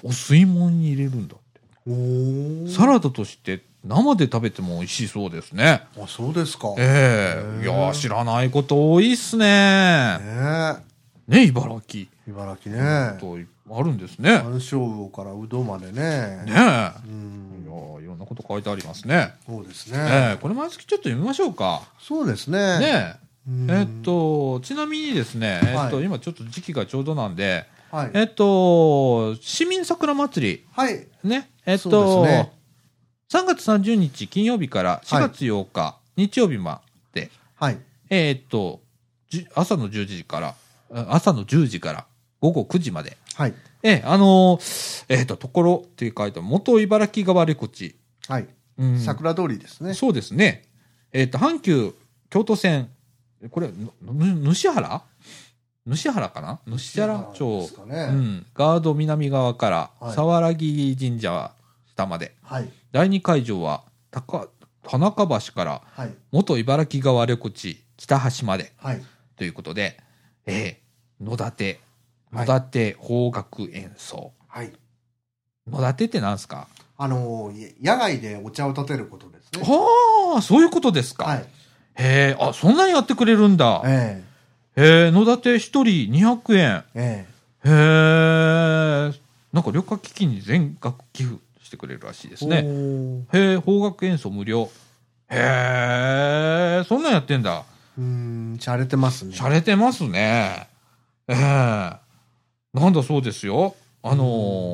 お吸い物に入れるんだって。
おお。
サラダとして生で食べても美味しいそうですね。
あ、そうですか。ね
ええ
へえ
いやー知らないこと多いっすね。ね、茨城。
え茨城ね。
とあるんですね。
山椒魚からうどまでね。
ねえ。いや
うん。
ーいろんなこと書いてありますね。
そうです
え
ね。
えこれ毎月ちょっと読みましょうか。
そうですね。
ね
うん
え。えっ。と、ちなみにですね、えっと、
はい
今ちょっと時期がちょうどなんで、
はい。
えっと、市民桜祭
はい。
り、ね、えっ
そう
と、
ですね
3月30日金曜日から4月8日、日曜日まで、
はい。
えーっと、じ朝の10時から、あ朝の10時から午後9時まで。
はい。
ええあのーえーっと、ところって書いてある、元茨城川レコチ。
はい。
うん
桜通りですね。
そうですね。えーっと、阪急京都線、これ、ぬ、ぬ主原主原かな主原
で
町
す、か
う
ね。
ん、ガード南側から、
はい
沢良木神社下まで。
はい。
第二会場は、高、田中橋から、
はい。
元茨城川レコチ北橋まで。
はい。
ということで、えー、野立、
は
野
い
立邦楽演奏。
はい。
野立ってなんすか
あのー、や野外でお茶を立てることですね。
はあ、そういうことですか。
はい。
へえ、あ、そんなんやってくれるんだ。
え
へえ、野立一人200円。
え。え
へえ、なんか旅客基金に全額寄付してくれるらしいで
え。
すね。
ね。
へえ、邦楽演奏無料。へえ、そんなんやってんだ。
うん、しゃれてますね。
洒落てますね。ええなんだそうですよ。あの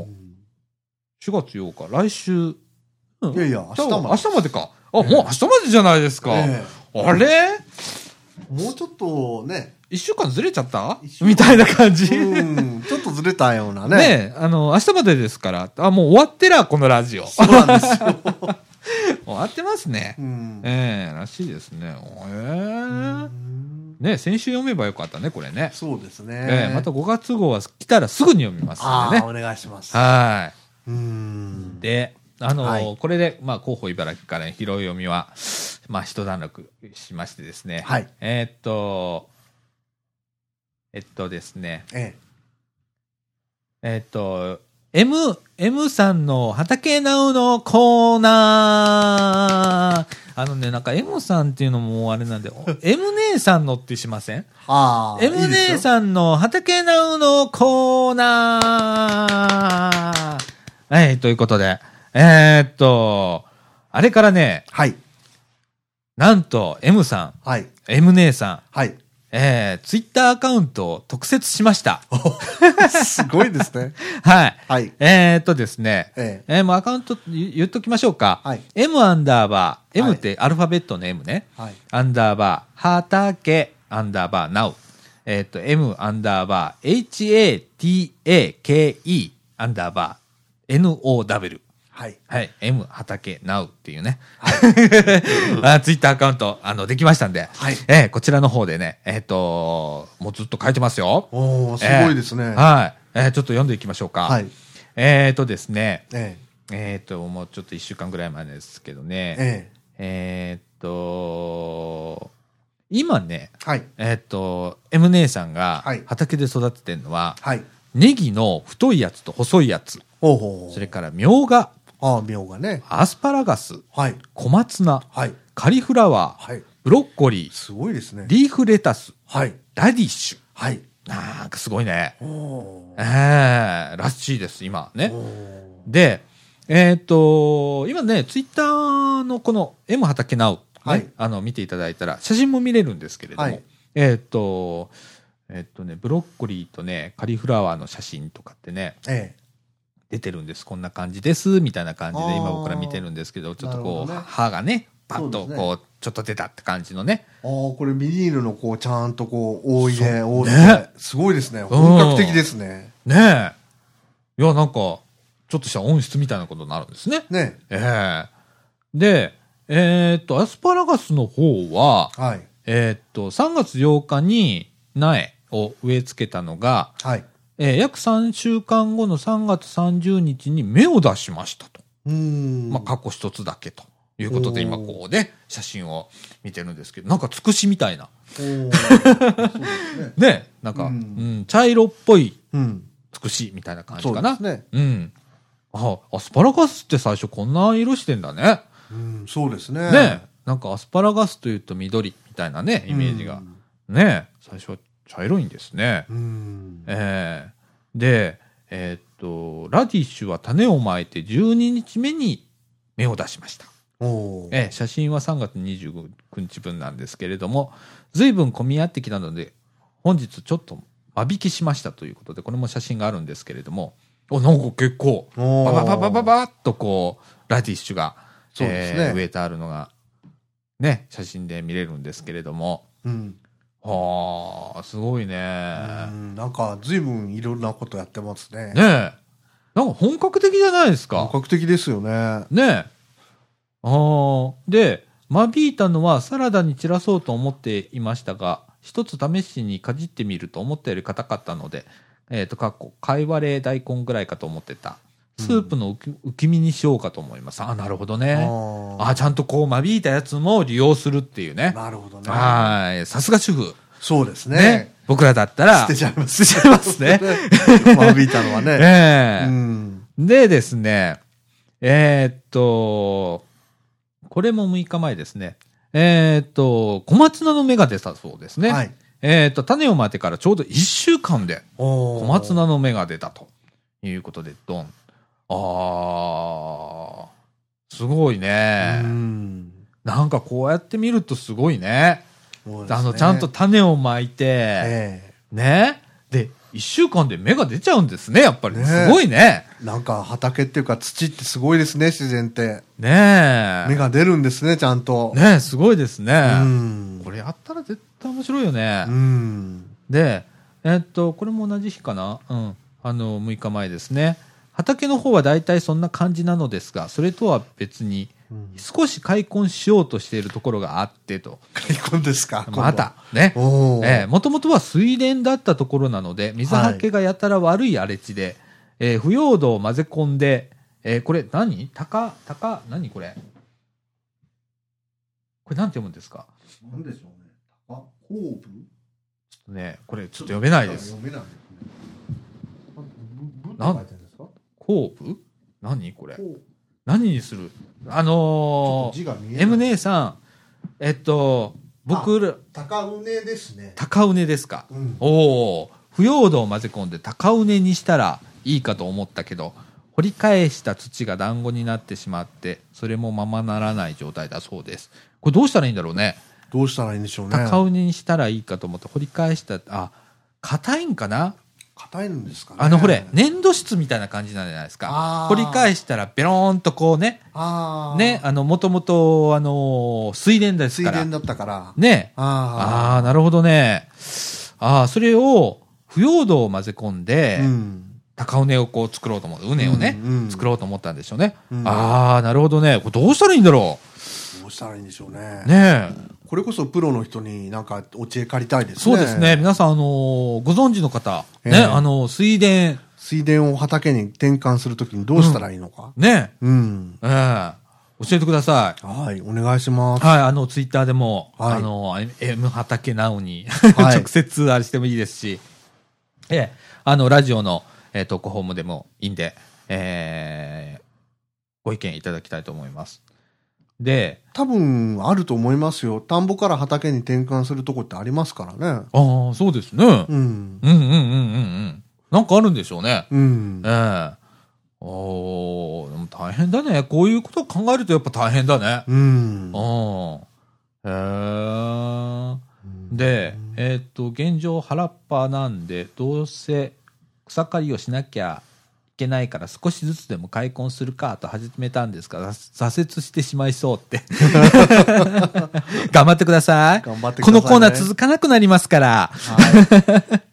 ー4月8日、来週。うん
いやいや、明日まで。
明日までか。あ、もう明日までじゃないですか。
え
あれ
えもうちょっとね、
一週間ずれちゃった
一週間
みたいな感じ。ね
うん、ちょっとずれたようなね。
え、あの、明日までですから。あ、もう終わってら、このラ
<laughs>
ジオ。終
そうなんですよ。
わってますね
う。ん。
ええらしいですね。ええ
うん
ねえ先週読めばよかったね、これね。
そうですね。
ええまた5月号は来たらすぐに読みます
あ
ん
あ、
でね。
お願いします。
はい。
うん。
で、あの
はい
これで、まあ、広報茨城から拾い読みは、まあ、一段落しましてですね。
はい
えーっと、えっとですね、
え
えーっと、M、M さんの畑ナウのコーナーあのね、なんか M さんっていうのもあれなんで、 <laughs> お M 姉さんのってしません
え。はあ。い
M
いです
姉
よ
さんの畑ナウのコーナーはい、ということで、えーっと、あれからね、
はい。
なんと M さ
はい。
ん、M 姉さ
はい。 <laughs>
ん、えー、ツイッターアカウントを特設しま
<laughs>
した。
すごいですね。
はい。
はい。
えーっとですね、
ええ。
えー、もうアカウント言言っときましょうか。
はい
M アンダーバー、
は
M
い
ってアルファベットの M ね。
はい。
アンダーバー、畑、アンダーバー、now。えっ、と、m アンダーバー、hatake、アンダーバー、now。
はい。
はい。m 畑 now っていうね。 <laughs> あツイッターアカウント、あの、できましたんで。
はい
えーこちらの方でね、えっ、ともうずっと書いてますよ。
おおすごいですね。
えーはい。えーちょっと読んでいきましょうか。
はい。
えっ、とですね、
え
えっ、と、もうちょっと一週間ぐらい前ですけどね。
え。え
え
え。
ーっと、今ね、
はい。
えーっと、M 姉さんが
はい
畑で育ててるのは、
はい。
ネギの太いやつと細いやつ、
おお
それからみょうが、
ああ、みょうがね。
アスパラガス、
はい。
小松菜、
はい。
カリフラワー、
はい。
ブロッコリー、
すごいですね。
リーフレタス、
はい。
ラディッシュ。
はい。
なんかすごいね。
おお
ええらしいです、今ね。
お
で、えーっ、と、今ね、ツイッターのこの M 畑直、ね
はい
あの、見ていただいたら、写真も見れるんですけれども、
はい
えーっ、と、えーっ、とね、ブロッコリーとね、カリフラワーの写真とかってね、
ええ。
出てるんです。こんな感じです、みたいな感じで、
あー
今僕ら見てるんですけど、ちょっとこう、
なるほどね
歯がね、パッと
そうですね
こう、ちょっと出たって感じのね。
ああ、これビニールのこう、ちゃんとこう、覆いで、覆っ
ね
て。すごいですね。本格的ですね。
ねえ。いや、なんか、ちょっとした温室みたいなことになるんですね。
ね。
ええで、えーっと、アスパラガスの方は、
はい。
えーっと、3月8日に苗を植え付けたのが、
はい。
えー約3週間後の3月30日に芽を出しましたと。
うーん。
まあ、過去一つだけということで、
おー
今こうね、写真を見てるんですけど、なんかつくしみたいな。 <laughs>
おーそうですね。
ね、なんか、う
うんん、
茶色っぽい
うん。
つくしみたいな感じ
そう
か
で
な。
すね。
うん。あ、アスパラガスって最初こんな色してんだね。
うん、そうですね。
ね、なんかアスパラガスというと緑みたいなね、イメージが。ね、最初は茶色いんですね。
うん。うん。
えーで、えーっと、ラディッシュは種をまいて12日目に芽を出しました。
おー
えー写真は3月29日分なんですけれども、随分混み合ってきたので、本日ちょっと間引きしましたということで、これも写真があるんですけれども、お、なんか結構、
おー
ババババババッとこう、ラディッシュが、
そうですね
えー植えてあるのが、ね、写真で見れるんですけれども、
うん。
はあ、すごいね。
うんなんか、随分いろんなことやってます
ね
ね。
え。なんか本格的じゃないです
本
か。
格的ですよね。
ねえ。ああ。で、間引いたのはサラダに散らそうと思っていましたが、一つ試しにかじってみると思ったより硬かったので、えっ、と、かっこ、貝割れ大根ぐらいかと思ってた。スープの浮き,、浮き身にしようかと思います。あ、なるほどね。
あ
あ、ちゃんとこう間引いたやつも利用するっていう
あ。
ね。
なるほどね。
はい。さすが主婦。
そうです
ね
ね。
僕らだったら。
捨てちゃいます。
捨てちゃいます
<laughs>
ね。。
間引いたのは
え
ね。
え
うん。
でですね、えーっと、これも6日前ですね。えーっと、小松菜の芽が出たそうですね。
はい。
えーっと、種をまいてからちょうど1週間で
小
小松菜の芽が出たということで、ドン。あー、すごいね。
うん。
なんかこうやって見るとすごいね。
そうですね
あの、ちゃんと、種をまいて、
え
ね。で、1週間で芽が出ちゃうんですね、やっぱり。
ね
すごいね。
えなんか畑っていうか土ってすごいですね、自然って。
ねえ。
芽が出るんですね、ちゃんと。
ねえすごいですね。
うん。
これやったら絶対面白いよね。
うん。
で、えっと、これも同じ日かなうん。あの、6日前ですね。畑の方は大体そんな感じなのですが、それとは別に、
うん
少し開墾しようとしているところがあってと。
開墾ですか
また。、ね。
おー
えもともとは水田だったところなので、水はけがやたら悪い荒れ地で、えー腐葉土を混ぜ込んで、えーこれ何高、高、何これこれなんて読むんですか
なんでしょうね。あ、後部
ね、これちょっと読めないです。
読めないですね。あぶぶって
なん
書いてるんですか
後部何これ
後部
何にするあ
ち
の
ょっと字が見
ー、
えない。
M 姉さん、えっと、僕ら、
高うねですね。
高うねですか
うん。
おお腐葉土を混ぜ込んで高うねにしたらいいかと思ったけど、掘り返した土が団子になってしまって、それもままならない状態だそうです。これどうしたらいいんだろうね。
どうしたらいいんでしょうね。
高うねにしたらいいかと思って掘り返した、あ、硬いんかな
硬いんですかね。
あの、ほれ、粘土質みたいな感じなんじゃないですか。
あー
掘り返したら、ベローンとこうね、
ああ。
ね、。あの、もともと、あのー水田です
水
から。
田だったから。
ね。ああ
あ
ー、なるほどね。ああ、それを、腐葉土を混ぜ込んで
あ。、うん。
高尾根をこう作ろうと思う。畝をね、
うんうん
作ろうと思ったんでしょうね。
うん
ああ、なるほどね。これどうしたらいいんだろ
どうしたらいいんでしょうね。
う。ねえ。
これこそプロの人になんかお知恵借りたいですね。
そうですね。。皆さん、あのーご存知の方、
え
ね、
え
あのー水田、
水田を畑に転換するときにどうしたらいいのか。
ね、
うん。
ええ教えてください。
はい、お願いします。
はい、あの、ツイッターでも、
はい
あの、M 畑なおに、
はい
<laughs> 直接あれしてもいいですし、ええ、あの、ラジオの、えー、投稿フォームでもいいんで、えーご意見いただきたいと思います。で、
多分あると思いますよ。田んぼから畑に転換するとこってありますからね。
ああ、そうですね。うん、
うん。
うん、うん、うん、うん。なんかあるんでしょうね。
うん
ええ。おーでも大変だね。こういうことを考えるとやっぱ大変だね。
うん。
うん。へえ。
うん
で、えーっと、現状原っぱなんで、どうせ草刈りをしなきゃけないから少しずつでも開墾するかと始めたんですが、挫折してしまいそうって。 <laughs> 頑張ってください。
頑張ってくださいね
このコーナー続かなくなりますから。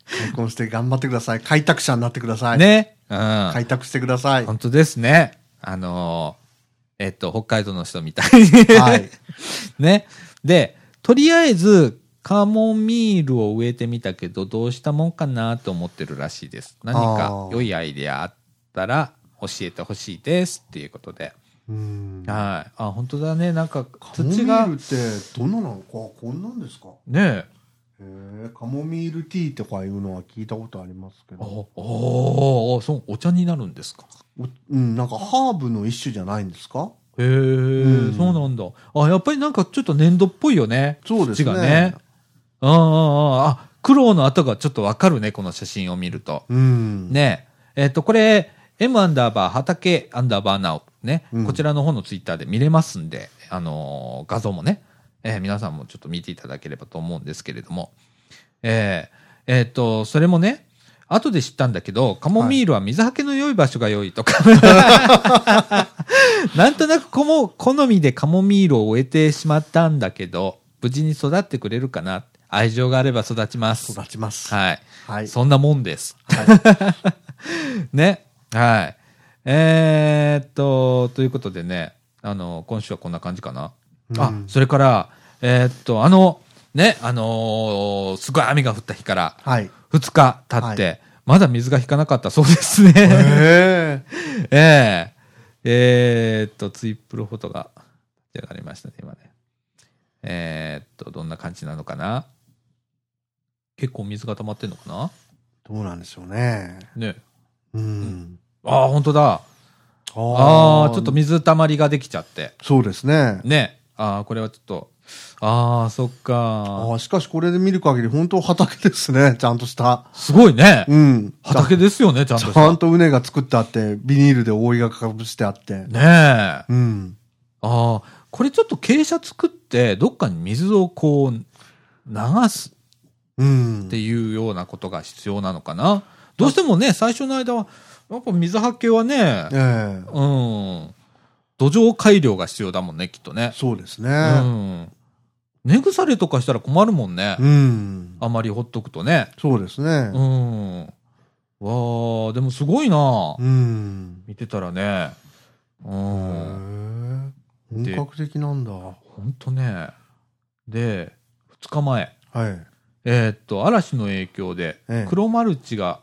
結婚して頑張ってください。開拓者になってください。
ね。うん。
開拓してください。
本当ですね。あのーえっと、北海道の人みたい。 <laughs>
はい。
ね。で、とりあえず、カモミールを植えてみたけど、どうしたもんかなと思ってるらしいです。何か
あー
良いアイデアあったら教えてほしいですっていうことで。
うん。
はい。あ、本当だね。なんか
カモミ
土が
ー、ルってどんなのか、こんなんですか
ねえ。
へえ、カモミールティーとかいうのは聞いたことありますけ
あ
ど。
おおそう、お茶になるんですか。
おうん、なんかハーブの一種じゃないんですか
へえ、
ん
そうなんだ。あ、やっぱりなんかちょっと粘土っぽいよね。
そうで
土
すね。
がね。ああ、ああ、あ、苦労の跡がちょっとわかるね、この写真を見ると。
うん。。
ねえ。えっ、と、これ、m アンダーバー、畑アンダーバーなお、ね、
うん
こちらの方のツイッターで見れますんで、あのー画像もね、えー皆さんもちょっと見ていただければと思うんですけれども、えーえっ、と、それもね、後で知ったんだけど、カモミールは水はけの良い場所が良いと
<laughs>
か、なんとなくこも好みでカモミールを終えてしまったんだけど、無事に育ってくれるかな。愛情があれば育ちます。
育ちます。
はい。
はい。
そんなもんです。
は
<laughs> ね。はい。えーっと、ということでね、あの、今週はこんな感じかな。あ
う、ん
それから、えーっと、あの、ね、あのーすごい雨が降った日から
はい。
2日経って、
は
まだ水が引かなかったそうです <laughs> ね。
へえ。
えええーっと、ツイプルフォトが出上がりましたね、今ね。えーっと、どんな感じなのかな結構水が溜まってんのかな
どうなんでしょうね。
ね。
うん。
ああ、本当だ。
あ
ああ、ちょっと。水たまりができちゃって。
そうですね。
ね。ああ、これはちょっと。ああ、そっ
あ
か。
あ、しかしこれで見る限り本当畑ですね。ちゃんとした。
すごいね。
うん。
畑ですよね、ちゃん
ち
と。
ゃんと畝が作ってあって、ビニールで覆いがかぶしてあって。
ねえ。あ
うん。
あ、これちょっと傾斜作って、どっかに水をこう、流す
うん。
っていうようなことが必要なのかな。どうしてもね、最初の間は、やっぱ水はけはね、
ええ
うん。土壌改良が必要だもんね、きっとね。
そうです
う
ね。
ん。根腐れとかしたら困るもんね
う。ん。
あまりほっとくとね。
そうです
う
ね。
ん。わあ、でもすごいな、
うん。
見てたらね。うん。
へえ
で
本格的なんだ。は
ほんとね。で、2日前、
い。
えーっと、嵐の影響で
ええ、
黒マルチが、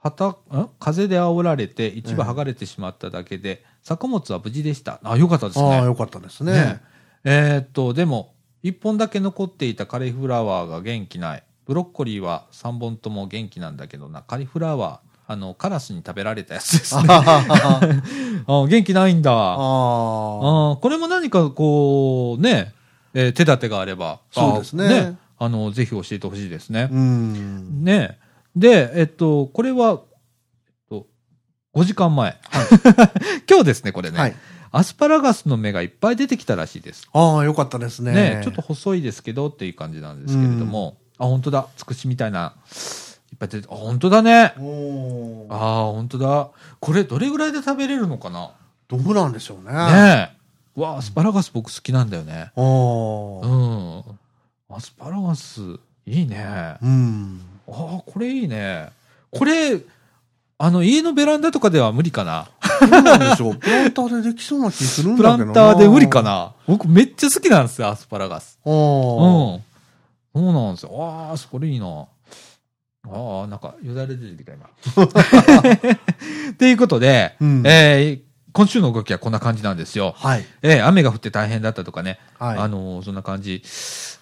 はた、ん風で煽られて、一部剥がれてしまっただけで、作物は無事でした。あ、よかったです
ああ、
ね。
よかったですね。
えーっと、でも、1本だけ残っていたカリフラワーが元気ない。ブロッコリーは3本とも元気なんだけどな。カリフラワー、あの、カラスに食べられたやつですね。
あ
<laughs> あ元気ないんだ。あ
あ。
あこれも何かこう、ね、えー手立てがあれば。
そうですね
ああの、ぜひ教えてほしいですね。
うん。
ね。で、えっと、これは、えっと、5時間前。 <laughs> 今日ですね、これね、
はい。
アスパラガスの芽がいっぱい出てきたらしいです。
ああ、よかったですね。
ね、ちょっと。細いですけどっていう感じなんですけれども。あ、本当だ。つくしみたいな。いっぱい出て、あ、本当だね。
おー
ああ、本当だ。これ、どれぐらいで食べれるのかな
どうなんでしょうね。あ
ねえ。わあ、アスパラガス僕好きなんだよね。う
あ。
ん。アスパラガス、いいね。あ
うん。
あ、これいいね。これ、あの、家のベランダとかでは無理かな。
どうなんでしょう。プランターでできそうな気するん
プ
だ
ラ
けどな。
ンターで無理かな。僕めっちゃ好きなんですよ、アスパラガス。
あ
うん。
あ。
そうなんですよ。ああ、これいいな。ああ、なんか、よだれ出てきた、今。ということで、
うん
えー今週の動きはこんな感じなんですよ。
はい。
えー雨が降って大変だったとかね、
はい。
あのーそんな感じ。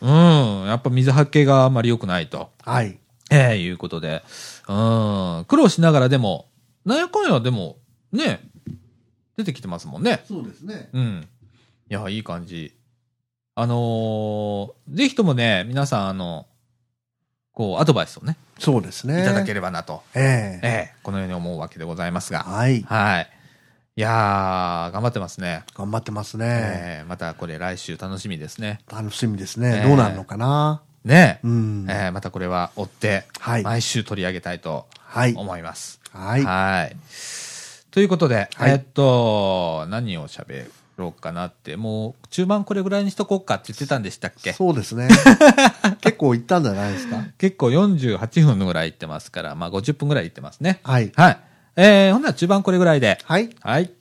うん、やっぱ水はけがあまり良くないと、
はい。
えーいうことで。うん、苦労しながらでも、なんやかんやでも、ね、出てきてますもんね。
そうですね。
うん。いや、いい感じ。あのーぜひともね、皆さん、あの、こう、アドバイスをね、
そうで
い
すね。
ただければなと、
え
え
え。
えこのように思うわけでございますが。
はい。
はい。いやー、頑張ってますね。
頑張ってますね。
ええまたこれ来週楽しみですね。
楽しみです
え
ね。
え
どうなるのかな。
ね、
うん。
えーまたこれは追って、
はい
毎週取り上げたいと
はい。
思います。
はい。
はいということで、
はい
えっと、何を喋ろうかなって、もう中盤これぐらいにしとこうかって言ってたんでしたっけ
そうです
<laughs>
ね。結構行ったんじゃないですか。
結構48分ぐらい行ってますから、まあ50分ぐらい行ってますね。
はい。
はい。えー、ほんなら中盤これぐらいで。
はい。
はい。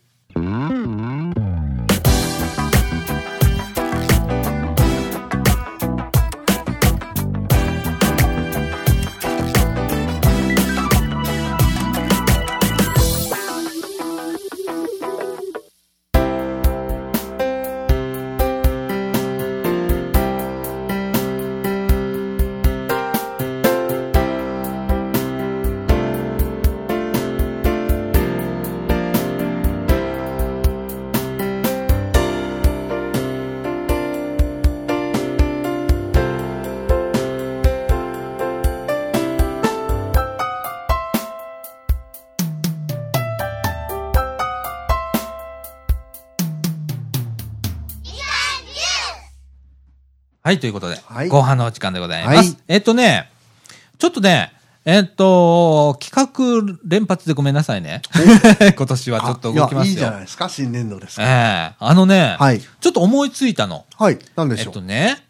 はい、ということで、
はい
後半のお時間でございます。
はい
えっとね、ちょっとね、えっと、企画連発でごめんなさいね。 <laughs> 今年はちょっと動きま
あいやいい
す
じゃ
よ。
ないですか、新年度ですか
ええあのね、
ら。はい。
ちょっと思いついたの。
はい。なんで
え
しょ
っ
う。
とね、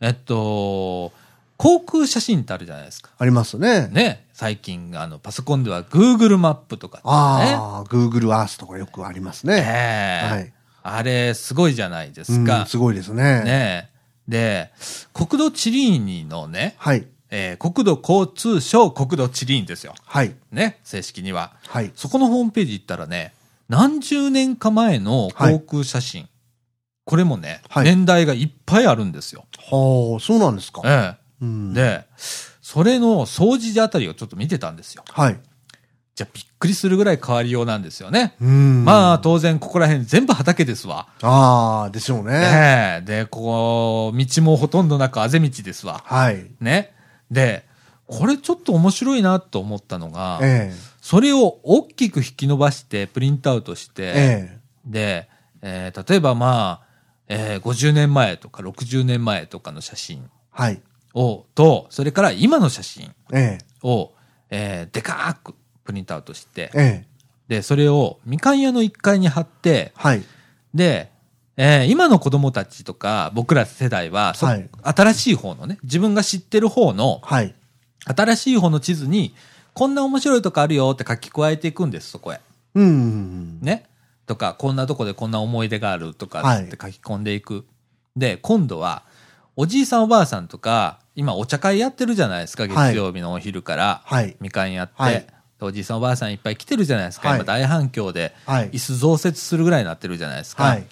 えっと、航空写真ってあるじゃないですか。
ありますね。
ね、最近、あの、パソコンでは Google マップとかってね
ああ、Google Earth とかよくありますね。
ええ
はい
あれ、すごいじゃないで
う
すか
ん、。すごいですね。
ねえで、国土地理院のね、
はい。
えー国土交通省国土地理院ですよ。
はい。
ね、正式には。
はい。
そこのホームページ行ったらね、何十年か前の航空写真、これもね、
はい
年代がいっぱいあるんですよ。
はあ、そうなんですか。
え
うん
え。で、それの掃除時あたりをちょっと見てたんですよ。
はい。
じゃあびっくりするぐらい変わりようなんですよね。
うん。
まあ
あ。
当然ここら辺全部畑ですわ。
ああ、でしょうね。
ええで、ここ、道もほとんどなくあぜ道ですわ。
はい。
ね。で、これちょっと面白いなと思ったのが、
ええ。
それを大きく引き伸ばしてプリントアウトして、
え
で、えー例えばまあ、えー50年前とか60年前とかの写真
え。はい。
を、と、それから今の写真
え
を、えーでかーくプリントアウトして
え。、ええ。
で、それをみかん屋の1階に貼って、
はい。
で、えー今の子供たちとか僕ら世代は、そ
はい
新しい方のね、自分が知ってる方の、
はい。
新しい方の地図に、こんな面白いとこあるよって書き加えていくんです、そこへ。
うん。
ね。とか、こんなとこでこんな思い出があるとか
はい
って書き込んでいく。で、今度は、おじいさんおばあさんとか、今お茶会やってるじゃないですか、
はい
月曜日のお昼から。
はい
みかんやって、
はい
おじいさんおばあさんいっぱい来てるじゃないですか。
はい
今大反響で、
はい
椅。子増設するぐらいになってるじゃないですか。
はい。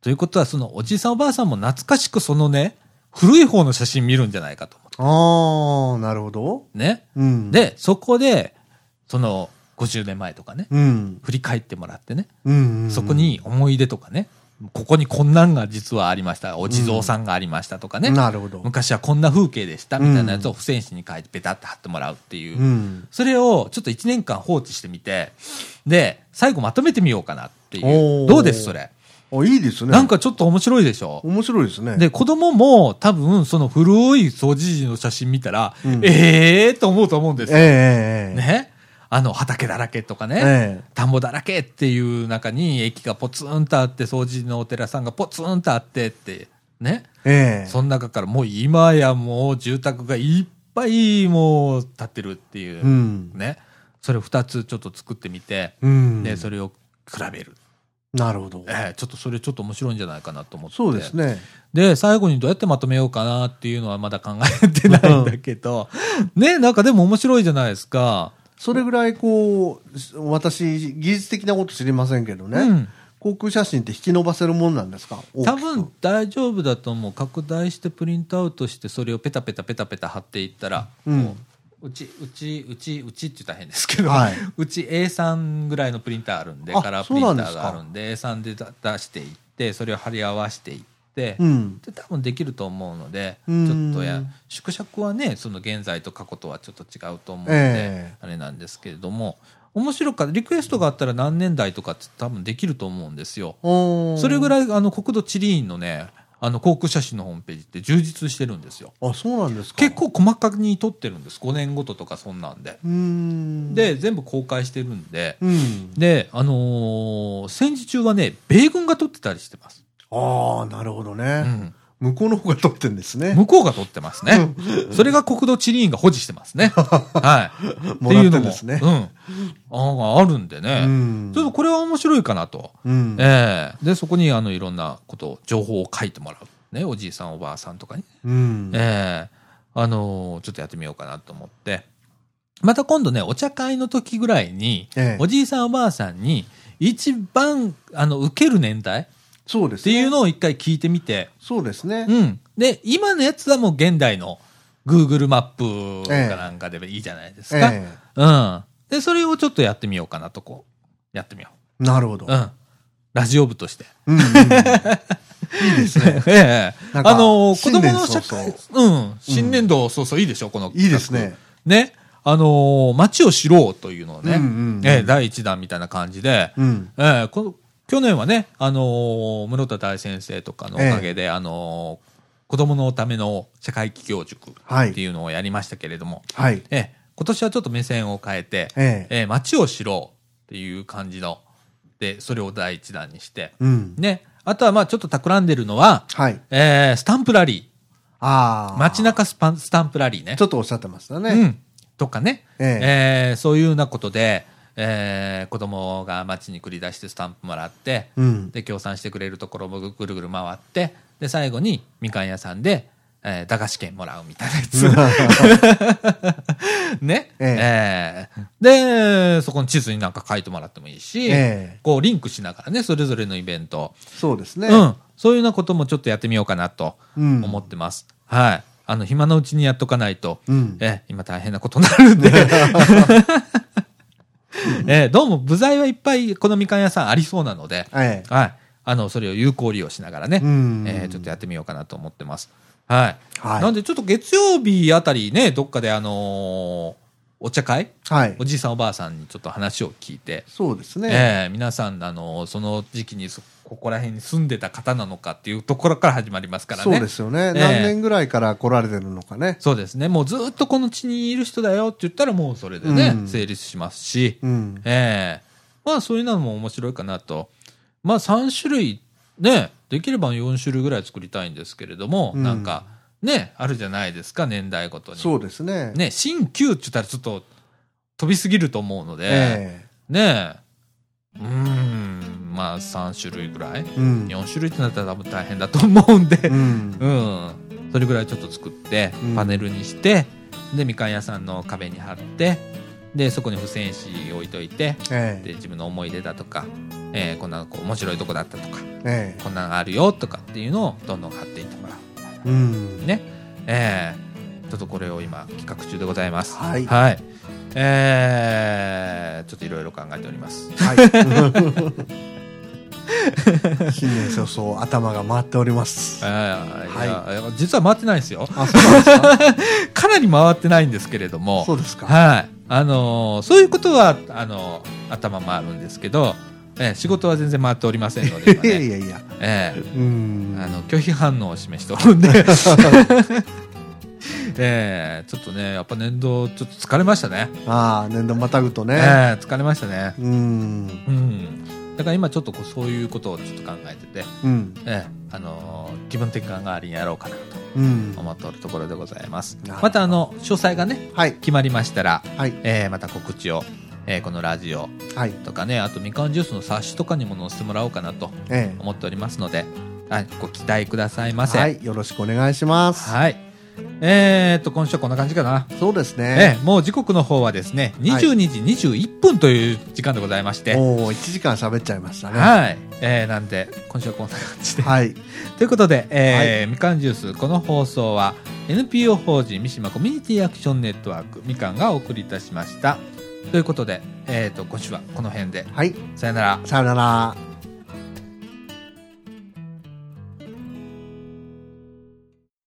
ということは、そのおじいさんおばあさんも懐かしくそのね、古い方の写真見るんじゃないかと思って。
ああ、なるほど。
ね。
うん。、
で、そこで、その50年前とかね、
うん。
振り返ってもらってね、
うん。
そこに思い出とかね、ここにこんなんが実はありました、お地蔵さんがありましたとかね、
なるほど。
昔はこんな風景でしたみたいなやつを付箋紙に書いてペタッと貼ってもらうっていう、
うん。
それをちょっと1年間放置してみて、で、最後まとめてみようかなってい
お
う。
ー
どうですそれ。
あ、いいですね。
なんかちょっと面白いでしょ
面白いですね。
で、子供も多分その古い掃除時の写真見たら、
うん
ええーと思うと思うんです
ええ
よ。
ええ。
ね。あの、畑だらけとかね。
え
田んぼだらけっていう中に駅がポツンとあって、掃除のお寺さんがポツンとあってって、ね。
え。ええ。
その中からもう今やもう住宅がいっぱいもう建ってるっていう、
うん。
ね。それ2つちょっと作ってみて、
うん。
で、それを比べる。
なるほど。
ええちょっとそれちょっと面白いんじゃないかなと思って。
そうですね。
で、最後にどうやってまとめようかなっていうのはまだ考えてないんだけど、ね、なんかでも面白いじゃないですか。
それぐらいこう、私、技術的なこと知りませんけどね、
うん
航空写真って引き伸ばせるもんなんですか
多分大丈夫だと思う拡大してプリントアウトしてそれをペタペタペタペタ貼っていったら、
うん
もううちうちうちうちって言ったら変ですけど、 <laughs>
はいう
ち A3 ぐらいのプリンターあるんで
あ
カラープリンター
そう
がある
なん
で A3 で出していってそれを貼り合わせていって、
うん。
で多分できると思うのでち
う
ょ
ん
っとや縮尺はねその現在と過去とはちょっと違うと思うので、
ええ
あれなんですけれども面白かったリクエストがあったら何年代とかって多分できると思うんですよ。
おー
それぐらいあの国土地理院のねあの航空写真のホームページって充実してるんですよ
あ、そうなんですか。
結。構細かに撮ってるんです5年ごととかそんなんで
うーん。、
で全部公開してるんで
うん。
であのー戦時中はね米軍が撮ってたりしてます、
ああ、なるほど
う
ね。
ん、
向こうの方が撮ってんですね。
向こうが撮ってますねそれが国土地理院が保持して
<laughs>
ますねはい
もらってん
も
ですね
う。んああるんでね、
うん
ちょっとこれは面白いかなと、
うん。
ええでそこにあのいろんなこと情報を書いてもらう、ね、おじいさんおばあさんとかに、
うん。
ええあのーちょっとやってみようかなと思ってまた今度ねお茶会の時ぐらいに、
ええ
おじいさんおばあさんに一番あの受ける年代っ
そうです
て
ね。
いうのを一回聞いてみて、
そうですね。
うん、で今のやつはもう現代の Google マップかなんかでいいじゃないですか、
え
うん、でそれをちょっとやってみようかなとこうやってみよう。
えなるほど。
うん。ラジオ部として。
うんうんうんいいですね。
<laughs> ええ
なんか
あの、子
新
供
年
の
早
社
々
会、うん。新年度、そうそう、いいでしょ、この。
いいですね。
ね。あの、街を知ろうというの <laughs> をね、
うんうんうん
ええ第一弾みたいな感じで、
うん。
ええこの去年はね、あの、室田大先生とかのおかげで、あの、子供のための社会起業塾
はい
っていうのをやりましたけれども、
はい。
ええ今年はちょっと目線を変えて、
ええ。
ええ街を知ろうっていう感じの、で、それを第一弾にして、
うん。
ね。あとは、まあ、ちょっと企んでるのは、
はい。
えー、スタンプラリ
あ
ー。
あ。
街中スパンスタンプラリーね。
ちょっとおっしゃってました
う
ね。
ん。とかね。え
え
ーそういうようなことで、えー、子供が街に繰り出してスタンプもらって、
うん。
で、協賛してくれるところもぐるぐる回って、で、最後にみかん屋さんで、えー、駄菓子券もらうみたいなやつ。 <laughs> ね。えーで、そこの地図になんか書いてもらってもいいし、
ええ
こうリンクしながらね、それぞれのイベント。
そうですね。
うん。そういうようなこともちょっとやってみようかなと
うん
思ってます。はい。あの、暇なうちにやっとかないと、
うん
え、今大変なことにな
<laughs>
るんで。 <laughs> え、どうも部材はいっぱいこのみかん屋さんありそうなので、
ええ。
はい。あの、それを有効利用しながらね、
うん
えーちょっとやってみようかなと思ってます。はい。
はい
なんでちょっと月曜日あたりね、どっかであのーお茶会
はい
お。じいさんおばあさんにちょっと話を聞いて、
そうですね。
ええ皆さんあのその時期にそここら辺に住んでた方なのかっていうところから始まりますからね
そうですよね。
ええ
何年ぐらいから来られてるのかね。
そうですねもうずっとこの地にいる人だよって言ったらもうそれでね、
うん
成立しますし、
うん。
ええまあそういうのも面白いかなとまあ3種類ねできれば4種類ぐらい作りたいんですけれども、
うん
なんかねあるじゃないですか年代ごとに
そうですね。
ね新旧って言ったらちょっと飛びすぎると思うので、
え
ねえうーんまあ3種類ぐらい
え。うん。
4種類ってなったら多分大変だと思うんで
うん。
うんそれぐらいちょっと作って
うん
パネルにして、でみかん屋さんの壁に貼ってでそこに付箋紙置いといて
え
で
え。
自分の思い出だとか、えーこんなこう面白いとこだったとか
え
こんなのがあるよとかっていうのをどんどん貼っていってもら
え。うん
う。ねえーちょっとこれを今企画中でございます
はい
えーちょっといろいろ考えております <laughs>
はい。新年早々頭が回っております。
あーいや
はい
や実は回ってないんですよ。 <laughs>
あ、そうなんですか。
かなり回ってないんですけれども、
そうですか。
はい。あのーそういうことは、あのー頭回るんですけど、えー仕事は全然回っておりませんので、今
いや
ね
<laughs> いやいや。
え
う
ー
ん。
あの、拒否反応を示しておるんで、えーちょっとね、やっぱ年度、ちょっと疲れましたね。
<laughs> ああ、年度またぐと
え
ね。
ー疲れましたね。
うん。
うん。だから今ちょっとこうそういうことをちょっと考えてて、
うん。
えーあのー気分転換代わりにやろうかなと。
うん。
思っておるところでございます
なるほ。ど
またあの詳細がね
はい。
決まりましたら、
はい。
えーまた告知を、えーこのラジオ
はい。
とかねあとみかんジュースの冊子とかにも載せてもらおうかなと
え
思っておりますので、はい、ご期待くださいま
え。
せ。
は
はい。
い。よろしくお願いします。
えー、っと今週はこんな感じかな。
そうです
え
ね。
ーもう時刻の方はですね22時21分という時間でございまして、
もう1時間喋っちゃいましたね。
はい、えーなんで今週はこんな感じで
はい。
ということで、えーみかんジュースこの放送は NPO 法人三島コミュニティアクションネットワークみかんがお送りいたしましたということで、えー、と今週はこの辺で
はい。
さよなら
さよなら。